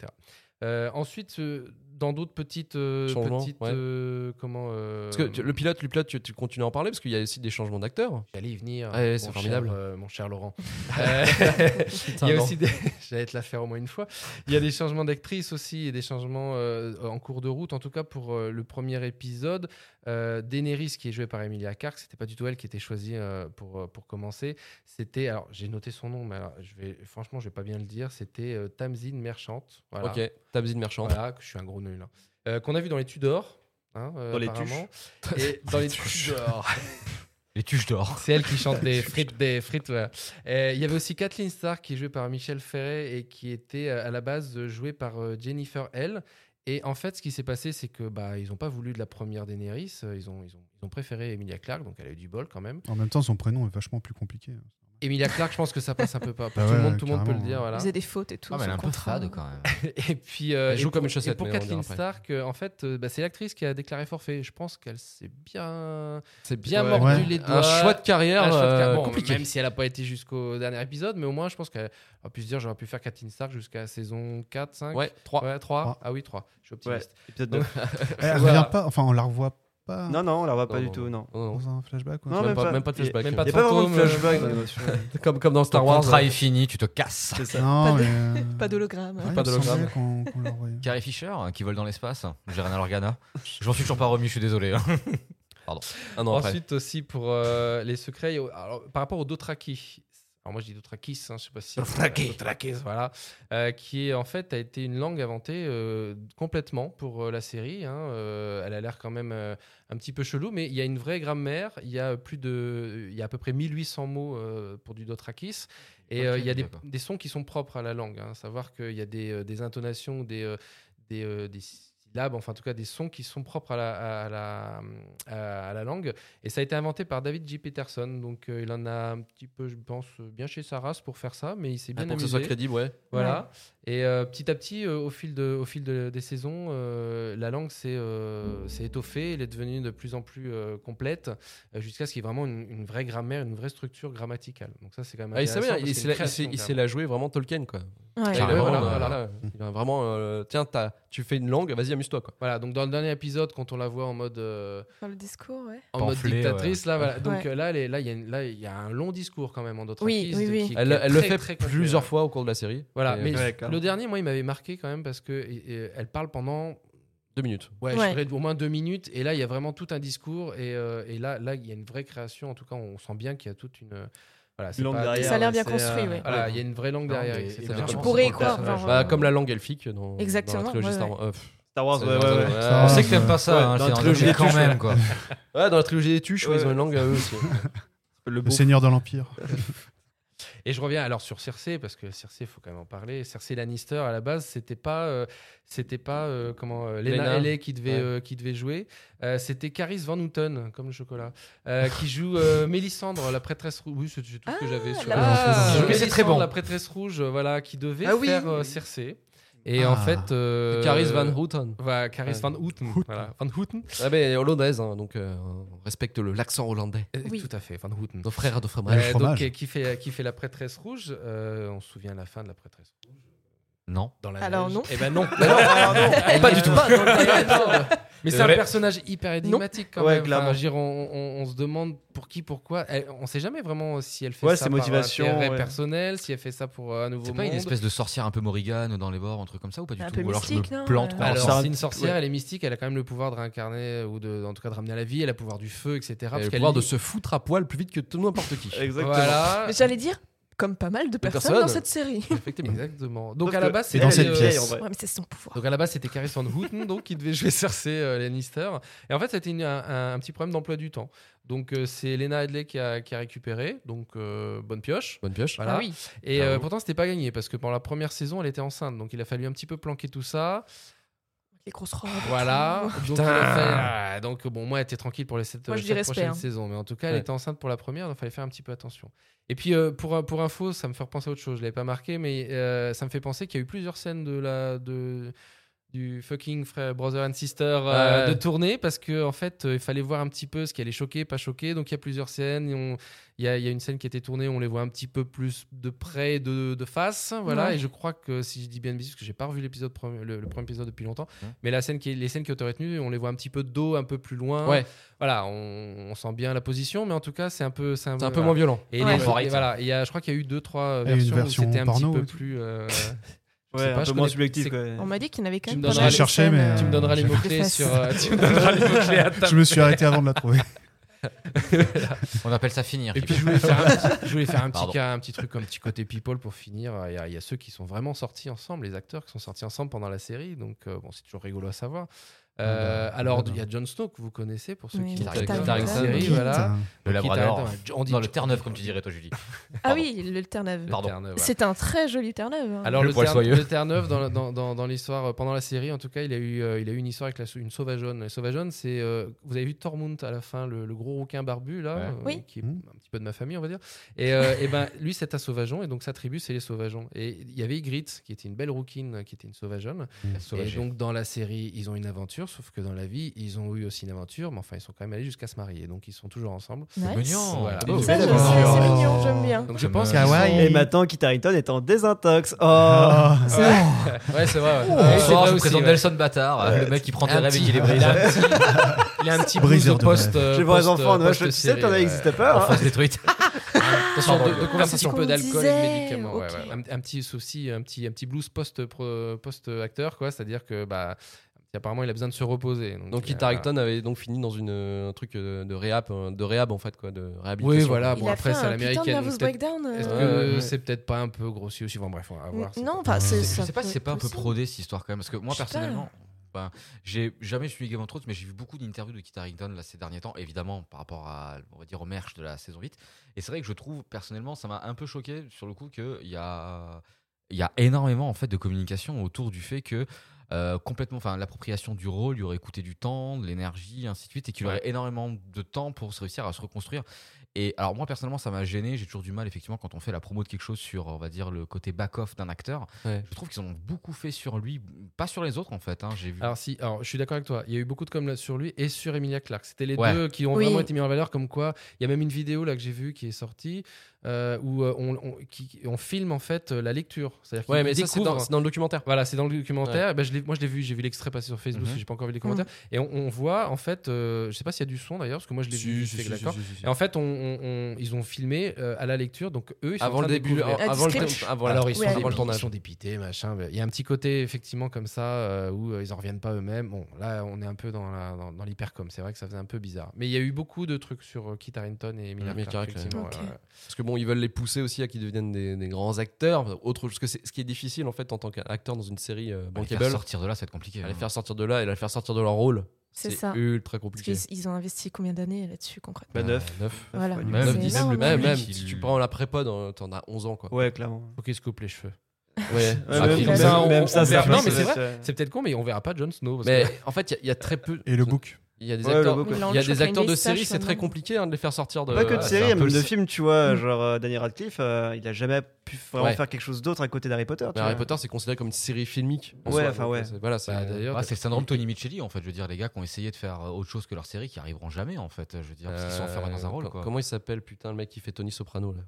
Euh, ensuite, euh, dans d'autres petites, euh, Changements, petites, ouais. euh, comment euh, Parce que tu- le pilote, le pilote, tu, tu continues à en parler parce qu'il y a aussi des changements d'acteurs. J'allais y venir, hein, Ouais, mon c'est cher, formidable. euh, mon <laughs> cher Laurent. Euh, Il y a aussi des... <laughs> J'allais te la faire au moins une fois. Il y a des changements d'actrice aussi et des changements euh, en cours de route. En tout cas, pour euh, le premier épisode, euh, Daenerys, qui est jouée par Emilia Clarke, c'était pas du tout elle qui était choisie euh, pour, euh, pour commencer. C'était, alors j'ai noté son nom, mais alors, je vais, franchement, je vais pas bien le dire. C'était euh, Tamsin Merchant. Voilà. Ok, Tabzine Merchant. Voilà, que je suis un gros nul. hein. Euh, Qu'on a vu dans les Tudors. hein, euh, Dans les apparemment. Et dans les Tudors. Les tuches d'or. C'est elle <laughs> qui chante des frites, des frites. voilà. Euh, Il y avait aussi Kathleen Starr qui est jouée par Michel Ferret et qui était euh, à la base euh, jouée par euh, Jennifer L. Et en fait, ce qui s'est passé, c'est que bah ils n'ont pas voulu de la première Daenerys. euh, Ils ont, ils ont, ils ont préféré Emilia Clarke, donc elle a eu du bol quand même. En même temps, son prénom est vachement plus compliqué. Emilia Clarke, je pense que ça passe un peu <laughs> pas. Bah Pour Ah tout le ouais, monde, tout le monde peut le carrément, dire. ouais. Voilà. Ils faisaient des fautes et tout. Ah, mais elle sur est le un peu contrat. fade quand même. Et puis, euh, Elle et joue pour- comme une chaussette, Et pour mais on le dira Kathleen après. Stark, euh, en fait, euh, bah, c'est l'actrice qui a déclaré forfait. Je pense qu'elle s'est bien, C'est bien Ouais. mordu Ouais. les doigts. Un choix de carrière Ah, je trouve que- euh, bon, compliqué. Même si elle n'a pas été jusqu'au dernier épisode, mais au moins, je pense qu'elle a pu se dire j'aurais pu faire Kathleen Stark jusqu'à saison 4, 5. Ouais, 3. Ouais, 3. Trois. Ah oui, 3. Je suis Ouais. optimiste. Épisode 9. Elle Voilà. revient pas, enfin, on la revoit pas Non, non, on la voit pas Non, du non. tout, non. Non, non. dans un flashback. ou un Non, même, même truc. pas, pas. même pas de Et- flashback. même pas Il de n'y a pas vraiment de fantôme, euh, flashback dans l'émotion. Comme, comme dans Ton Star Wars. contrat euh, est fini, tu te casses. C'est ça. Non, Pas de- <laughs> mais, euh, Pas d'hologramme. ouais, il me pas d'hologramme. semblait qu'on- qu'on la revoyait. Carrie Fisher hein, qui vole dans l'espace. Gérard Organa. Je m'en suis toujours pas remis, je suis désolé. hein. Un an après. Ensuite aussi pour euh, les secrets, euh, alors, par rapport au Dothraki. Alors moi je dis Dothrakis, hein, je sais pas si Dothraki. Dothrakis, voilà, Euh, qui est en fait a été une langue inventée euh, complètement pour euh, la série. hein. Euh, elle a l'air quand même euh, un petit peu chelou, mais il y a une vraie grammaire. Il y a plus de, il y a à peu près 1800 mots euh, pour du Dothrakis. Et Ok, euh, il y a des, d'accord. des sons qui sont propres à la langue. hein. Savoir qu'il y a des, euh, des intonations, des, euh, des, euh, des syllabes, enfin en tout cas des sons qui sont propres à la, à la, à- à la langue. Et ça a été inventé par David J. Peterson. Donc euh, il en a un petit peu, je pense, euh, bien chez sa race pour faire ça, mais il s'est bien Ah, pour que amusé. ce soit crédible, ouais. Voilà. Et euh, petit à petit, euh, au fil, de, au fil de- des saisons, euh, la langue s'est euh, s'est étoffée, elle est devenue de plus en plus euh, complète, euh, jusqu'à ce qu'il y ait vraiment une, une vraie grammaire, une vraie structure grammaticale. Donc ça, c'est quand même Ah, il sait bien, intéressant il parce que sait c'est la- une il sait- création, il sait clairement. la jouer vraiment Tolkien, quoi. Ouais. Et Ah, le- vraiment, voilà, euh, voilà, voilà. Il va vraiment, euh, tiens, t'as- tu fais une langue, vas-y, amuse-toi, quoi. Voilà, donc dans le dernier épisode, quand on la voit en mode, euh, Dans le discours, ouais. en mode Pamphlet, dictatrice, là, voilà. donc Ouais. euh, là, elle est- là, il y, a une- là, il y a un long discours quand même en d'autres Oui, oui, oui. Elle, elle le fait plusieurs fois. fois au cours de la série. Voilà, Et, mais euh, Ouais, clairement. le dernier, moi, il m'avait marqué quand même parce que et- et elle parle pendant deux minutes. Ouais, Ouais. je dirais au moins deux minutes. Et là, il y a vraiment tout un discours. Et, euh, et là, là, il y a une vraie création. En tout cas, on sent bien qu'il y a toute une. euh, Voilà, c'est langue derrière, Ça a l'air bien c'est, construit, euh, ouais. Voilà, il y a une vraie langue Non, derrière. mais- etc. et Voilà. tu Je pourrais, pense que quoi, c'est pour le enfin, personnage. vraiment. Bah, comme la langue elfique dans- dans, Exactement, la trilogie ouais, Star ouais. Wars. Euh, pff, Star Wars, ça- ouais, ça- ouais, ouais. On ouais. sait que t'aimes pas ça, Ouais, hein, dans c'est la un trilogie objet des quand tuches, même, quoi. Ouais, dans la trilogie des tuches, Ouais. ils ont une langue à eux <laughs> aussi. Le Le beau Seigneur de l'Empire. Et je reviens alors sur Cersei, parce que Cersei, il faut quand même en parler. Cersei Lannister, à la base, c'était pas, euh, c'était pas euh, comment, euh, Lena Lena. Headey qui devait, Ouais. euh, qui devait jouer. Euh, c'était Caris Van Houten, comme le chocolat, euh, qui joue euh, Mélissandre, la prêtresse rouge. Oui, c'est c'est tout ce que Ah, j'avais sur la- Ah, Mélissandre, mais c'est très bon. La prêtresse rouge, euh, voilà, qui devait Ah oui. faire euh, Cersei. Et Ah. en fait. euh, Caris Van Houten. voilà, Caris Ouais. Van Houten. Voilà, Van Houten. Ah, mais hollandaise, hein, donc euh, on respecte le- l'accent hollandais. Euh, Oui. Tout à fait, Van Houten. Nos frères de fromage. Ouais, le Euh, donc, fromage. euh, qui fait, qui fait la prêtresse rouge euh, On se souvient la fin de la prêtresse rouge. Non. Dans la Alors neige. non. Eh <laughs> ben non. Pas du tout. Mais c'est C'est un vrai. personnage hyper énigmatique quand Ouais, même. Enfin, clairement. je veux dire, on, on- on se demande pour qui, pourquoi. Elle- on sait jamais vraiment si elle fait Ouais, ça ses par motivations, intérêt ouais. personnel, si elle fait ça pour euh, un nouveau C'est pas monde. une espèce de sorcière un peu morrigane dans les bords, un truc comme ça ou pas du Un tout peu Ou alors je me mystique, non euh. plante quoi, Bah en alors, sorcière. c'est une sorcière, Ouais. elle est mystique, elle a quand même le pouvoir de réincarner ou de, en tout cas de ramener à la vie, elle a le pouvoir du feu, etc. Elle a parce le qu'elle pouvoir de lit- se foutre à poil plus vite que tout n'importe qui. Exactement. Voilà. Mais j'allais dire, comme pas mal de personnes, dans personnes. cette série. Effectivement. Exactement. Donc Sauf à la que base, c'est elle, dans elle, cette euh, pièce. en vrai. Ouais, mais c'est son pouvoir. Donc à la base, c'était Carrie Van Houten, <laughs> donc qui devait jouer Cersei euh, Lannister. Et en fait, c'était une- un, un- un petit problème d'emploi du temps. Donc euh, c'est Lena Headey qui a, qui a récupéré, donc euh, bonne pioche. Bonne pioche. Voilà. Ah oui. Et Bravo. euh, pourtant, c'était pas gagné parce que pendant la première saison, elle était enceinte, donc il a fallu un petit peu planquer tout ça. Les grosses robes. Voilà. Oh, donc, il a fallu- ah, donc, bon, moi, elle était tranquille pour les sept, euh, Moi, je sept dis respect, prochaines hein. saisons, mais en tout cas, elle Ouais. était enceinte pour la première, donc il fallait faire un petit peu attention. Et puis euh, pour pour info, ça me fait repenser à autre chose. Je l'avais pas marqué, mais euh, ça me fait penser qu'il y a eu plusieurs scènes de la de du fucking frère, brother and sister euh, Ouais. de tournée parce que en fait euh, il fallait voir un petit peu ce qui allait choquer pas choquer donc il y a plusieurs scènes et on- il y, a, il y a une scène qui a été tournée où on les voit un petit peu plus de près et de, de face voilà Ouais. et je crois que si je dis bien de bêtises, parce que j'ai pas revu l'épisode premi- le, le premier épisode depuis longtemps Ouais. mais la scène qui est- les scènes qui ont été retenues on les voit un petit peu de dos un peu plus loin Ouais. voilà on, on sent bien la position mais en tout cas c'est un peu c'est un, C'est un peu voilà. moins violent. et, Ouais. les- Favorite. et voilà il y a, je crois qu'il y a eu deux trois Il y a eu une version versions où c'était un porno petit peu et tout. plus euh, je sais Ouais, pas, un je peu moins connais- subjectif. c'est- ouais. On m'a dit qu'il y en avait quand Tu même. me pas donneras mal les- de cherché, scènes, mais- euh, tu me donneras les J'ai- mots clés Préface. sur euh, tu me donneras les mots clés à ta Je me suis arrêté avant de la trouver. On appelle ça finir. Et qui puis fait. je voulais faire un petit, je voulais faire un petit, Pardon. cas, un petit truc, un petit côté people pour finir. Il y, a, il y a ceux qui sont vraiment sortis ensemble, les acteurs qui sont sortis ensemble pendant la série. Donc euh, bon, c'est toujours rigolo à savoir. Euh, bah, alors bah, il y a Jon Snow que vous connaissez pour ceux Oui, qui Kit ont regardé Harington. la série, Kit. voilà. Euh, le Kit Labrador. Harington, on dit- Non, le Terre-Neuve, comme tu dirais, toi, Julie. Ah oui, le Terre-Neuve. Pardon. Terre-Neuve, voilà. C'est un très joli Terre-Neuve. hein. Alors Le le, poil Terre- soyeux. le Terre-Neuve dans, la- dans, dans, dans l'histoire euh, pendant la série en tout cas il a eu euh, il a eu une histoire avec la, sau- une sauvageonne. La sauvageonne c'est euh, vous avez vu Tormund à la fin le, le gros rouquin barbu là Ouais. euh, Oui. qui est Mhm. un petit peu de ma famille on va dire et, euh, <laughs> et ben lui c'est un sauvageon et donc sa tribu c'est les sauvageons et il y avait Ygritte qui était une belle rouquine euh, qui était une sauvageonne et Sauvagé. donc dans la série ils ont une aventure sauf que dans la vie ils ont eu aussi une aventure mais enfin ils sont quand même allés jusqu'à se marier donc ils sont toujours ensemble. Nice. Mignon. Voilà. Oh, Ça, j'aime Oh. ça, c'est mignon, j'aime bien. Donc je J'aime pense bien. qu'ils sont- Kawaii. Et maintenant, Kit Harington est en désintox. Oh, Ah. ouais c'est vrai. ouais. Euh, Oh, Ouais, c'est bonsoir, vrai je vous aussi, présente ouais. Nelson Bâtard, le mec qui prend tes Un rêves et petit- qui les il brise. a un petit- Il a un petit brise Briseur de de poste. je Euh, vois les enfants, ouais, je- tu sais, t'en as existé En pas. hein. France détruite. Attention, Pardon, de, de Dieu. conversation, un Qu'on peu d'alcool et de disait, médicaments. ouais, ok. ouais. Un, un petit souci, un petit, un petit blues post post acteur quoi. C'est-à-dire que bah apparemment il a besoin de se reposer. Donc, Donc, euh, Kit Harington avait donc fini dans une, euh, un truc euh, de réhab, euh, de réhab en fait, quoi, de réhabilitation. Oui, voilà. Ah bon, Il a après, fait c'est un l'américaine, putain de donc nervous peut-être- breakdown. Est-ce euh, que Ouais. c'est peut-être pas un peu grossier aussi Bon bref, on va voir. c'est Non, pas- enfin, c'est. Je ça sais pas peut si c'est être pas un peu possible. prodé cette histoire quand même, parce que moi Putain. personnellement, ben, j'ai jamais suivi Game of Thrones, mais j'ai vu beaucoup d'interviews de Kit Harington là ces derniers temps, évidemment par rapport à, on va dire, au merch de la saison 8. Et c'est vrai que je trouve personnellement, ça m'a un peu choqué sur le coup qu'il y a, il y a énormément en fait de communication autour du fait que euh, complètement, enfin, l'appropriation du rôle lui aurait coûté du temps, de l'énergie, ainsi de suite, et qu'il aurait énormément de temps pour se réussir à se reconstruire. Et alors, moi, personnellement, ça m'a gêné. J'ai toujours du mal, effectivement, quand on fait la promo de quelque chose sur, on va dire, le côté back-off d'un acteur. Ouais. Je trouve qu'ils en ont beaucoup fait sur lui, pas sur les autres, en fait. hein. J'ai vu. Alors si, alors je suis d'accord avec toi. Il y a eu beaucoup de com là sur lui et sur Emilia Clarke. C'était les Ouais. deux qui ont Oui. vraiment été mis en valeur. Comme quoi, il y a même une vidéo là que j'ai vue qui est sortie euh, où euh, on, on- qui- on filme en fait euh, la lecture. C'est-à-dire qu'il Ouais, mais ça, c'est découvre. dans, c'est dans le documentaire. Voilà, c'est dans le documentaire. Ben, je l'ai- moi, je l'ai vu, j'ai vu l'extrait passer sur Facebook, Mhm. parce que j'ai pas encore vu les commentaires. Et on, on voit, en fait, euh, je sais pas s'il y a du son d'ailleurs, parce que moi, je l'ai vu, c'est d'accord. Et en fait, on, on- on- ils ont filmé euh, à la lecture, donc eux, ils sont en Avant le train de début, découvrir. Ah, avant le discret. temps- avant- Alors Ouais. ils sont, avant le dépi- ils tournage. sont dépités, machin. mais Il y a un petit côté effectivement comme ça euh, où euh, ils en reviennent pas eux-mêmes. Bon, là on est un peu dans la- dans, dans l'hypercom. C'est vrai que ça faisait un peu bizarre. Mais il y a eu beaucoup de trucs sur euh, Kit Harington et Emilia Emilia Clarke, Clarke. effectivement, ouais. ouais, Ok. ouais. Parce que bon, ils veulent les pousser aussi à qu'ils deviennent des, des grands acteurs. Autre chose que c'est ce qui est difficile en fait en tant qu'acteur dans une série euh, Bah, les faire bankable, sortir de là, ça va être compliqué. à hein. les faire sortir de là et à les faire sortir de leur rôle. C'est ça. ultra Parce compliqué. qu'ils ils ont investi combien d'années là-dessus concrètement Bah, neuf. Euh, neuf. Voilà. ouais, Même C'est dix, énorme, même le hein. Ouais, public, même il- si tu prends la prépod, euh, t'en as 11 ans quoi. Ouais, clairement. Faut qu'ils se coupent les cheveux. Ouais. Ouais, Ah, même, puis même- comme ça, on- même on ça, verra- ça non, passe, mais c'est ouais, C'est peut-être con, mais on verra pas Jon Snow. parce <laughs> Mais que- en fait, il y a- il y, a très peu. Et le book. Il y a des Ouais, le acteurs. book, ouais. Ils l'ont Il y a sur des acteurs de Grindr, série, c'est Station très Man. compliqué hein, de les faire sortir de. Pas que de Ouais, série, c'est un peu même le- de film, tu vois. Genre euh, Daniel Radcliffe, euh, il a jamais pu vraiment Ouais. faire quelque chose d'autre à côté d'Harry Potter. tu Mais Harry vois. Potter, c'est considéré comme une série filmique. en Ouais, soi, enfin, donc, ouais. euh, c'est- Voilà, c'est. Bah, d'ailleurs, Ah, c'est le syndrome Tony Micheli en fait. Je veux dire, les gars qui ont essayé de faire euh, autre chose que leur série, qui arriveront jamais en fait. Je veux dire, parce qu'ils sont enfermés dans un Euh, rôle. com- Quoi. Comment il s'appelle putain le mec qui fait Tony Soprano là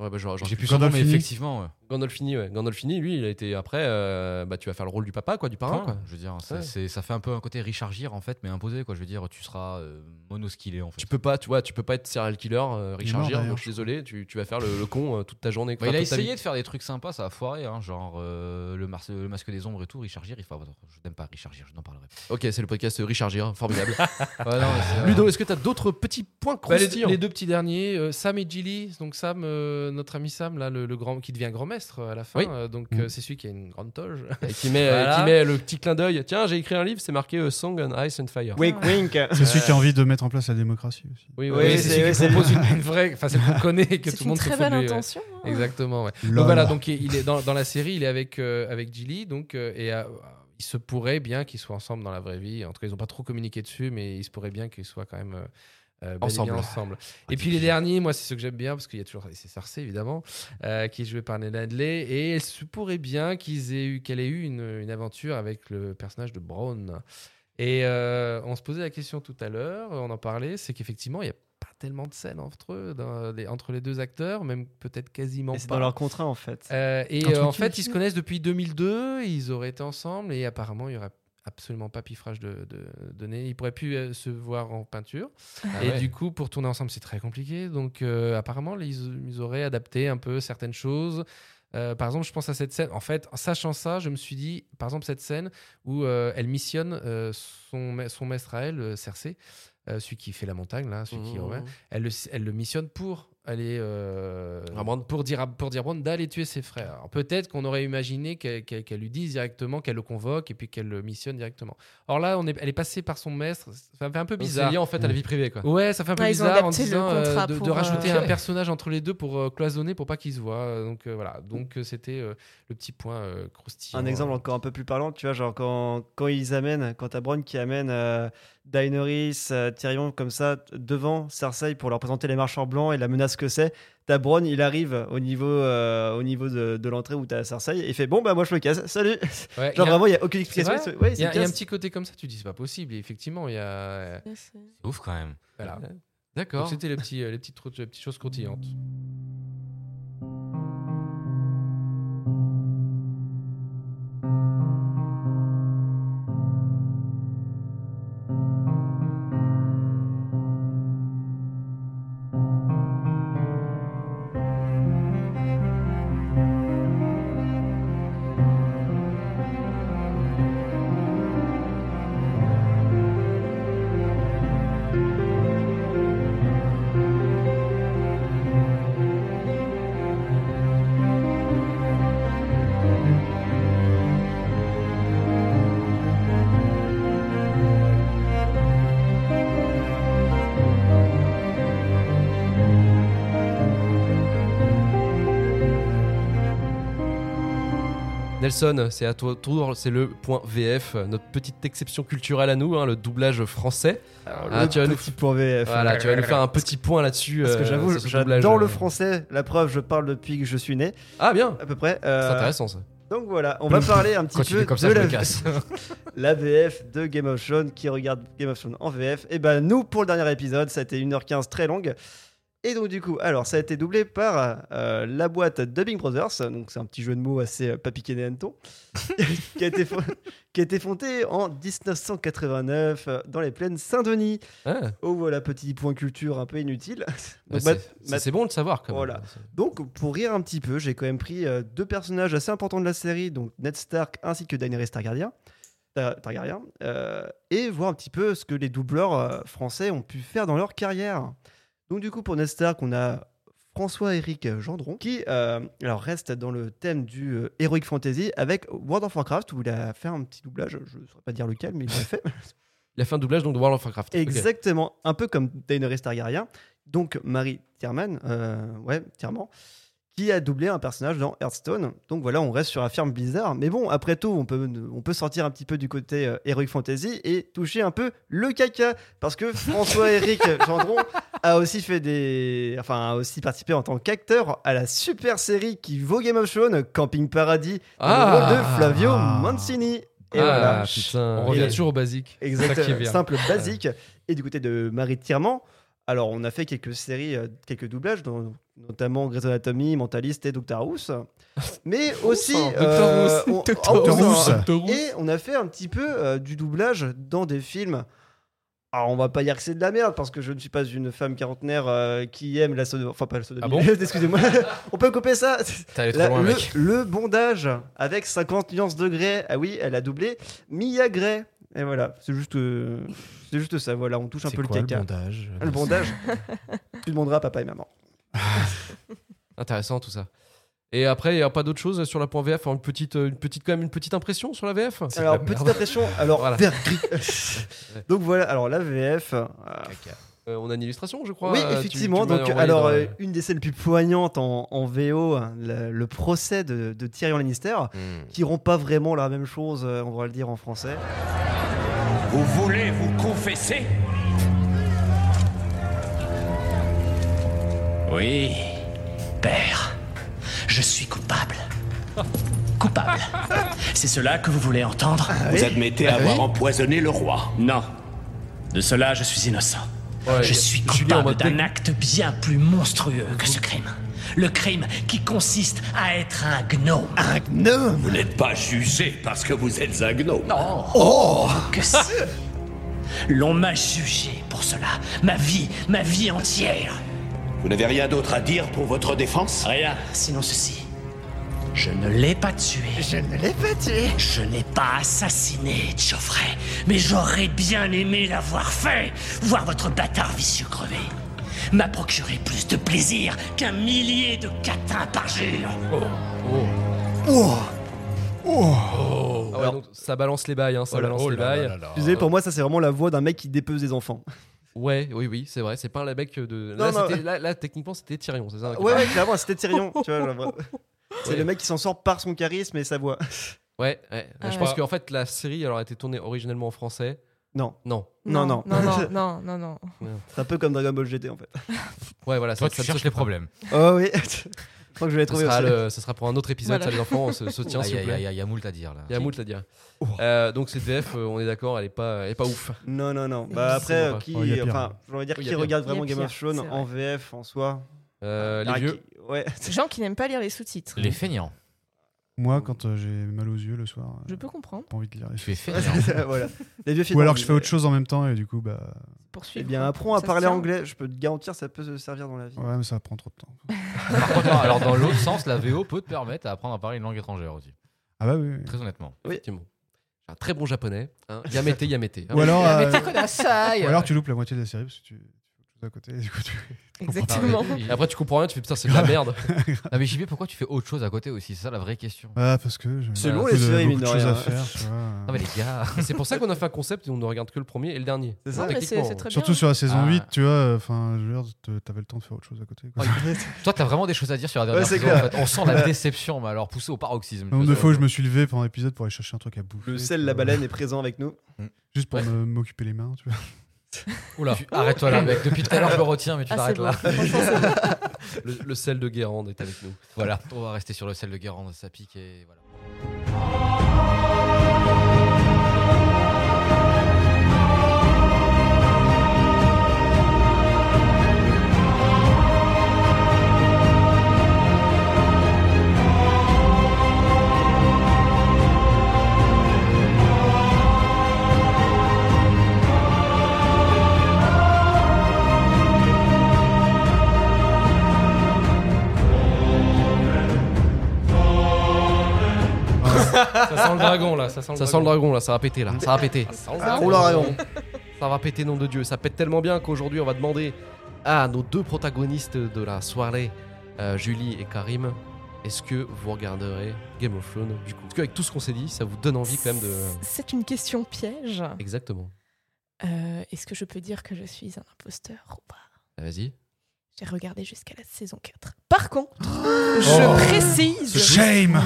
Ouais bah genre, genre J'ai plus son nom, mais Gandolfini. effectivement. ouais. Gandolfini ouais. Gandolfini lui il a été après euh, bah tu vas faire le rôle du papa quoi du parrain Point, quoi. Je veux dire, ça, Ouais. Ah, c'est- ça fait un peu un côté Richard Gere en fait, mais imposé quoi. Je veux dire, tu seras euh, monoskillé en fait. Tu peux pas tu vois tu peux pas être serial killer euh, Il est Richard mort, Gere d'ailleurs, donc je suis désolé tu, tu vas faire le, le con euh, toute ta journée. Bah, enfin, il a toute ta essayé vie. de faire des trucs sympas, ça a foiré, hein, genre euh, le, Mars- le masque des ombres et tout. Richard Gere, il faut avoir- Je n'aime pas Richard Gere, je n'en parlerai pas. Ok c'est le podcast Richard Gere <laughs> formidable. Ouais, non, mais c'est- Bah, Ludo est-ce que t'as d'autres petits points Bah, les, croustillants les deux petits derniers, euh, Sam et Gilly. Donc Sam, euh, notre ami Sam là, le, le grand qui devient grand maître euh, à la fin. Oui. Mm. euh, donc Mhm. euh, c'est celui qui a une grande toge. Et qui met et Voilà. qui met le petit clin d'œil tiens j'ai écrit un livre c'est marqué euh, Song on Ice and Fire. Wink, wink. C'est celui qui a envie de mettre en place la démocratie aussi. <laughs> Oui, Oui, Mais c'est- celui qui ouais, c'est- propose une, une vraie, <laughs> enfin celle qu'on connaît et que C'est tout le une monde se très fout de belle lui, ouais. intention. hein. Exactement. ouais. Lol. Donc voilà, donc il il est dans, dans la série, il est avec euh, avec Gilly, donc euh, et euh, il se pourrait bien qu'ils soient ensemble dans la vraie vie. En tout cas, ils ont pas trop communiqué dessus, mais il se pourrait bien qu'ils soient quand même euh, euh, bel et bien Ensemble. ensemble. Et puis les derniers, moi, c'est ceux que j'aime bien parce qu'il y a toujours c'est Sarcé évidemment, euh, qui est joué par Ned Hadley, et il se pourrait bien qu'ils aient eu qu'elle ait eu une, une aventure avec le personnage de Brown. Et euh, on se posait la question tout à l'heure, on en parlait, c'est qu'effectivement, il y a pas tellement de scènes entre eux, dans les- entre les deux acteurs, même peut-être quasiment Et C'est pas. dans leur contrat en fait. Euh, et Un euh, truc en qui fait, marche ils se bien. connaissent depuis 2002, ils auraient été ensemble et apparemment, il y aurait absolument pas piffrage de, de, de nez. Ils pourraient plus euh, se voir en peinture. Ah et ouais. du coup, pour tourner ensemble, c'est très compliqué. Donc, euh, apparemment, ils, ils auraient adapté un peu certaines choses. Euh, par exemple, je pense à cette scène. En fait, en sachant ça, je me suis dit, par exemple, cette scène où euh, elle missionne euh, son, ma- son maître à elle, euh, Cersei, euh, celui qui fait la montagne, là, Mmh. celui Oh. qui revient elle le, elle le missionne pour aller euh, À Brand. pour dire à- pour dire à Brand d'aller tuer ses frères. Alors, Peut-être qu'on aurait imaginé qu'elle qu'elle- qu'elle lui dise directement qu'elle le convoque et puis qu'elle le missionne directement. Or là, on est, elle est passée par son maître. Ça me fait un peu Donc, c'est bizarre. lié en fait à la vie privée quoi. Ouais, ça fait un peu Ouais, ils ont bizarre en adapté le disant, euh, contrat de, de pour, euh, rajouter Ok. <laughs> un personnage entre les deux pour euh, cloisonner pour pas qu'ils se voient. Euh, Donc euh, voilà, donc euh, c'était euh, le petit point euh, croustillant. Un exemple encore un peu plus parlant, tu vois, genre quand, quand ils amènent, quand t'as Brown qui amène euh, Daenerys, euh, Tyrion comme ça t- devant Cersei pour leur présenter les marcheurs blancs et la menace que c'est, t'as Brown, il arrive au niveau, euh, au niveau de, de l'entrée où t'as Cersei et il fait bon bah moi je le casse, salut. Ouais, il y a- Genre vraiment il y a aucune C'est explication. vrai Ouais, il il y, a- se il y a un casse. petit côté comme ça. Tu dis c'est pas possible. Et effectivement, il y a euh, Ouais, c'est- C'est ouf quand même. voilà. Donc, D'accord. C'était les petits euh, les petites trucs- les petites choses croustillantes. Nelson, c'est à toi tour, c'est le point VF, euh, notre petite exception culturelle à nous, hein, le doublage français. Ah, le tu vas nous- petit point VF. Voilà, tu vas nous faire un petit point là-dessus. Parce que euh, j'avoue, sur ce doublage, j'adore euh. le français. La preuve, je parle depuis que je suis né, Ah bien, à peu près. c'est Euh, intéressant ça. donc voilà, on va parler un petit Quand tu peu fais comme ça, de je me <laughs> la, casse. la VF de Game of Thrones qui regarde Game of Thrones en VF. Et ben nous, pour le dernier épisode, ça a été 1h15 très longue. Et donc du coup, alors ça a été doublé par euh, la boîte Dubbing Brothers, donc c'est un petit jeu de mots assez euh, papiqué <laughs> des hannetons, qui, a été fon- qui a été fondée en 1989 euh, dans les plaines Saint-Denis. Ah, Oh voilà, petit point culture un peu inutile. bah, Donc, c'est- ma- c'est ma- c'est bon de savoir quand même. Voilà. donc, pour rire un petit peu, j'ai quand même pris euh, deux personnages assez importants de la série, donc Ned Stark ainsi que Daenerys Targaryen, Ta- Targaryen euh, et voir un petit peu ce que les doubleurs euh, français ont pu faire dans leur carrière. Donc, du coup, pour Ned Stark, on a François-Éric Gendron, qui euh, alors reste dans le thème du euh, Heroic Fantasy avec World of Warcraft, où il a fait un petit doublage, je ne saurais pas dire lequel, mais il l'a fait. Il a fait un doublage donc de World of Warcraft. Ok. Exactement, un peu comme Daenerys Targaryen. Donc Marie Tierman, euh, ouais, Tierman, qui a doublé un personnage dans Hearthstone. Donc voilà, on reste sur un firme bizarre. Mais bon, après tout, on peut, on peut sortir un petit peu du côté euh, Heroic Fantasy et toucher un peu le caca. <laughs> Parce que François-Éric Gendron a aussi fait des. Enfin, a aussi participé en tant qu'acteur à la super série qui vaut Game of Thrones, Camping Paradis, dans le Ah. rôle de Flavio Ah. Mancini. Et ah voilà. putain. On Et- revient toujours au basique. Exact, C'est ça qui est bien. simple, basique. Et du côté de Marie Tirement, alors on a fait quelques séries, euh, quelques doublages, dont- notamment Grey's Anatomy, Mentalist et Doctor House. Mais aussi. euh, <laughs> on- House. Doctor House. House. Et on a fait un petit peu euh, du doublage dans des films. Alors on va pas dire que c'est de la merde parce que je ne suis pas une femme quarantenaire euh, qui aime la sodomie. Enfin pas la sodomie. Ah bon <laughs> Excusez-moi. on peut couper ça. T'es allé trop La- loin, le, mec. le bondage avec 50 nuances de Grey. Ah oui, elle a doublé Mia Grey. Et voilà, c'est juste, euh, c'est juste ça. Voilà, on touche un C'est peu quoi, le caca. bondage Ah, Le <laughs> bondage. tu demanderas à papa et maman. Intéressant tout ça. Et après, il n'y a pas d'autre chose sur la point VF Une petite, euh, une petite, quand même une petite impression sur la VF C'est de Alors la petite merde. impression. Alors Voilà. vert <laughs> gris. Donc voilà. Alors la VF. euh, Caca. Euh, On a une illustration, je crois. oui, euh, tu- effectivement. tu m'as donc, envoyé alors, dans- euh, une des scènes les plus poignantes en, en VO, hein, le, le procès de, de Tyrion Lannister, Hmm. qui rend pas vraiment la même chose, euh, on va le dire en français. Vous voulez vous confesser Oui, père. Je suis coupable. Coupable. C'est cela que vous voulez entendre Ah Vous admettez avoir empoisonné le roi. Non. De cela, je suis innocent. Ouais, je suis Julien, en coupable mode d'un acte bien plus monstrueux que ce crime. Le crime qui consiste à être un gnome. Un gnome Ah, Vous n'êtes pas jugé parce que vous êtes un gnome. Non. Oh. que si. L'on m'a jugé pour cela. Ma vie, ma vie entière. Vous n'avez rien d'autre à dire pour votre défense Rien, sinon ceci. Je ne l'ai pas tué. Je ne l'ai pas tué Je n'ai pas assassiné Geoffrey, mais j'aurais bien aimé l'avoir fait. Voir votre bâtard vicieux crever. M'a procuré plus de plaisir qu'un millier de catins par jour. Ah ouais, donc, ça balance les bails, hein, ça Oh là- balance oh les là bails. là là là. Excusez, pour moi, ça c'est vraiment la voix d'un mec qui dépose des enfants. Ouais, oui, oui, c'est vrai. C'est pas un mec de. Non, là, non. c'était- là- là, techniquement, c'était Tyrion, c'est ça hein, qui Ouais, parle. ouais, clairement, c'était Tyrion. tu vois, genre, vraiment. c'est Ouais. le mec qui s'en sort par son charisme et sa voix. ouais, ouais. Ah je ouais. pense qu'en fait, la série, elle aurait été tournée originellement en français. Non, Non. non, non. Non, non, non, non, non. c'est un peu comme Dragon Ball GT en fait. Ouais, voilà, ça, Toi, tu ça- cherches les problèmes. Oh oui, je crois que je l'ai ça trouvé sera, aussi. le- ça sera pour un autre épisode, Voilà. ça, les enfants. On se, se tient, Aïe, s'il vous aïe, aïe, plaît. aïe, Il y a moult à dire là. Il y a moult à dire. Oh. Euh, donc, cette VF, euh, on est d'accord, elle est pas, elle est pas ouf. Non, non, non. Bah C'est après, bon, euh, qui, oh, il y a pire. enfin, j'ai envie de dire, Oui, il y a qui pire. regarde Il y a vraiment Game pire, of Thrones c'est en VF en soi Euh, les Ah, vieux. qui- Ouais. Des gens qui n'aiment pas lire les sous-titres. Les feignants. Moi, quand euh, j'ai mal aux yeux le soir, euh, Je peux comprendre. j'ai pas envie de lire les Tu es choses. feignant. <laughs> voilà. Les vieux films. Ou alors je fais autre chose en même temps et du coup, bah. Eh Poursuivre. bien, apprends à Ça se parler tient. anglais. Je peux te garantir, ça peut se servir dans la vie. Ouais, mais ça prend trop de temps. <laughs> Par contre, non, alors dans l'autre sens, la VO peut te permettre d'apprendre à parler une langue étrangère aussi. Ah bah oui. oui. Très honnêtement. Effectivement. J'ai Un très bon japonais. Hein. Yamete, Yamete. hein. Ou alors, euh, Ah, Mais t'as connasse, ça y est. ou alors tu loupes la moitié de la série parce que tu. à côté. Du coup, tu- Exactement. Et euh, après, tu comprends rien, tu fais putain, c'est <laughs> de la merde. Ah, mais JB, pourquoi tu fais autre chose à côté aussi C'est ça la vraie question. Ah, parce que j'ai C'est long, beaucoup les de- séries, mine beaucoup de de choses rien, à hein. faire. tu vois. Ah, Non, mais les gars. <laughs> c'est pour ça qu'on a fait un concept et on ne regarde que le premier et le dernier. C'est Non, ça mais c'est Techniquement, c'est très Surtout bien. sur la saison Ah. 8, tu vois, enfin, je veux dire, te- t'avais le temps de faire autre chose à côté. Ah, quoi. Toi, t'as vraiment des choses à dire sur la dernière Ouais, c'est saison, clair. en fait. On sent la déception, mais alors poussée au paroxysme. Le nombre de fois où je me suis levé pendant l'épisode pour aller chercher un truc à bouffer. Le tu sel, vois. la baleine est présent avec nous. Juste pour me- m'occuper les mains, tu vois. Oula, arrête-toi là, mec. Depuis tout à l'heure, je le retiens, mais tu Ah, c'est t'arrêtes bon. là. Franchement, c'est bon. Le, le sel de Guérande est avec nous. Voilà, on va rester sur le sel de Guérande, ça pique et voilà. Ça sent le dragon là, ça sent le Ah. Ça sent le dragon là, ça va péter là, ça va péter. Oh là, rayon. Ça va péter, nom de Dieu. Ça pète tellement bien qu'aujourd'hui, on va demander à nos deux protagonistes de la soirée, euh, Julie et Karim, est-ce que vous regarderez Game of Thrones du coup Est-ce qu'avec tout ce qu'on s'est dit, ça vous donne envie quand même de. C'est une question piège. Exactement. Euh, Est-ce que je peux dire que je suis un imposteur ou pas Ah, Vas-y. J'ai regardé jusqu'à la saison 4. Par contre, Oh. je précise Oh, <laughs> Shame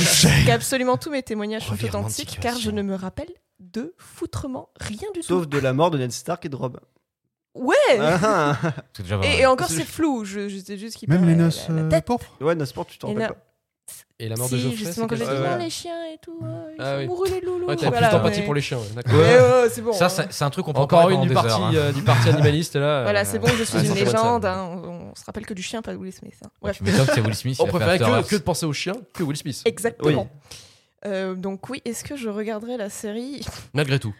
Shame qu'absolument tous mes témoignages sont Revirement de authentiques car je situation. ne me rappelle de foutrement rien du Sauf tout. de la mort de Ned Stark et de Rob. Ouais Ah, ah. C'est déjà et, et encore, C'est- c'est flou. Je, je sais juste qu'il Même parle les à la- noces la- la euh, tête. pourpres ouais, Nesport, tu t'en Et rappelles là- pas. Et la mort de si, Geoffrey justement, c'est quand j'ai dit quel- Ouais, non, ouais. les chiens et tout, euh, ils Ah sont oui. mourus, les loulous. Ouais, t'as Voilà, plus d'empathie mais- pour les chiens. Ah, ouais, d'accord. Ouais, ouais, ouais, c'est bon. Ça, hein. c'est c'est un truc qu'on prend Encore pas une du pendant des parti, heures, hein. euh, du parti animaliste là. Voilà, euh, c'est bon, je suis ouais, une c'est bon, ça. légende. hein, on, on se rappelle que du chien, pas de Will Smith. hein. Ouais, Bref. tu m'étonnes, c'est Will Smith. On il a fait préférait After que, Earth. que de penser aux chiens que Will Smith. Exactement. Euh, donc oui, est-ce que je regarderai la série Malgré tout.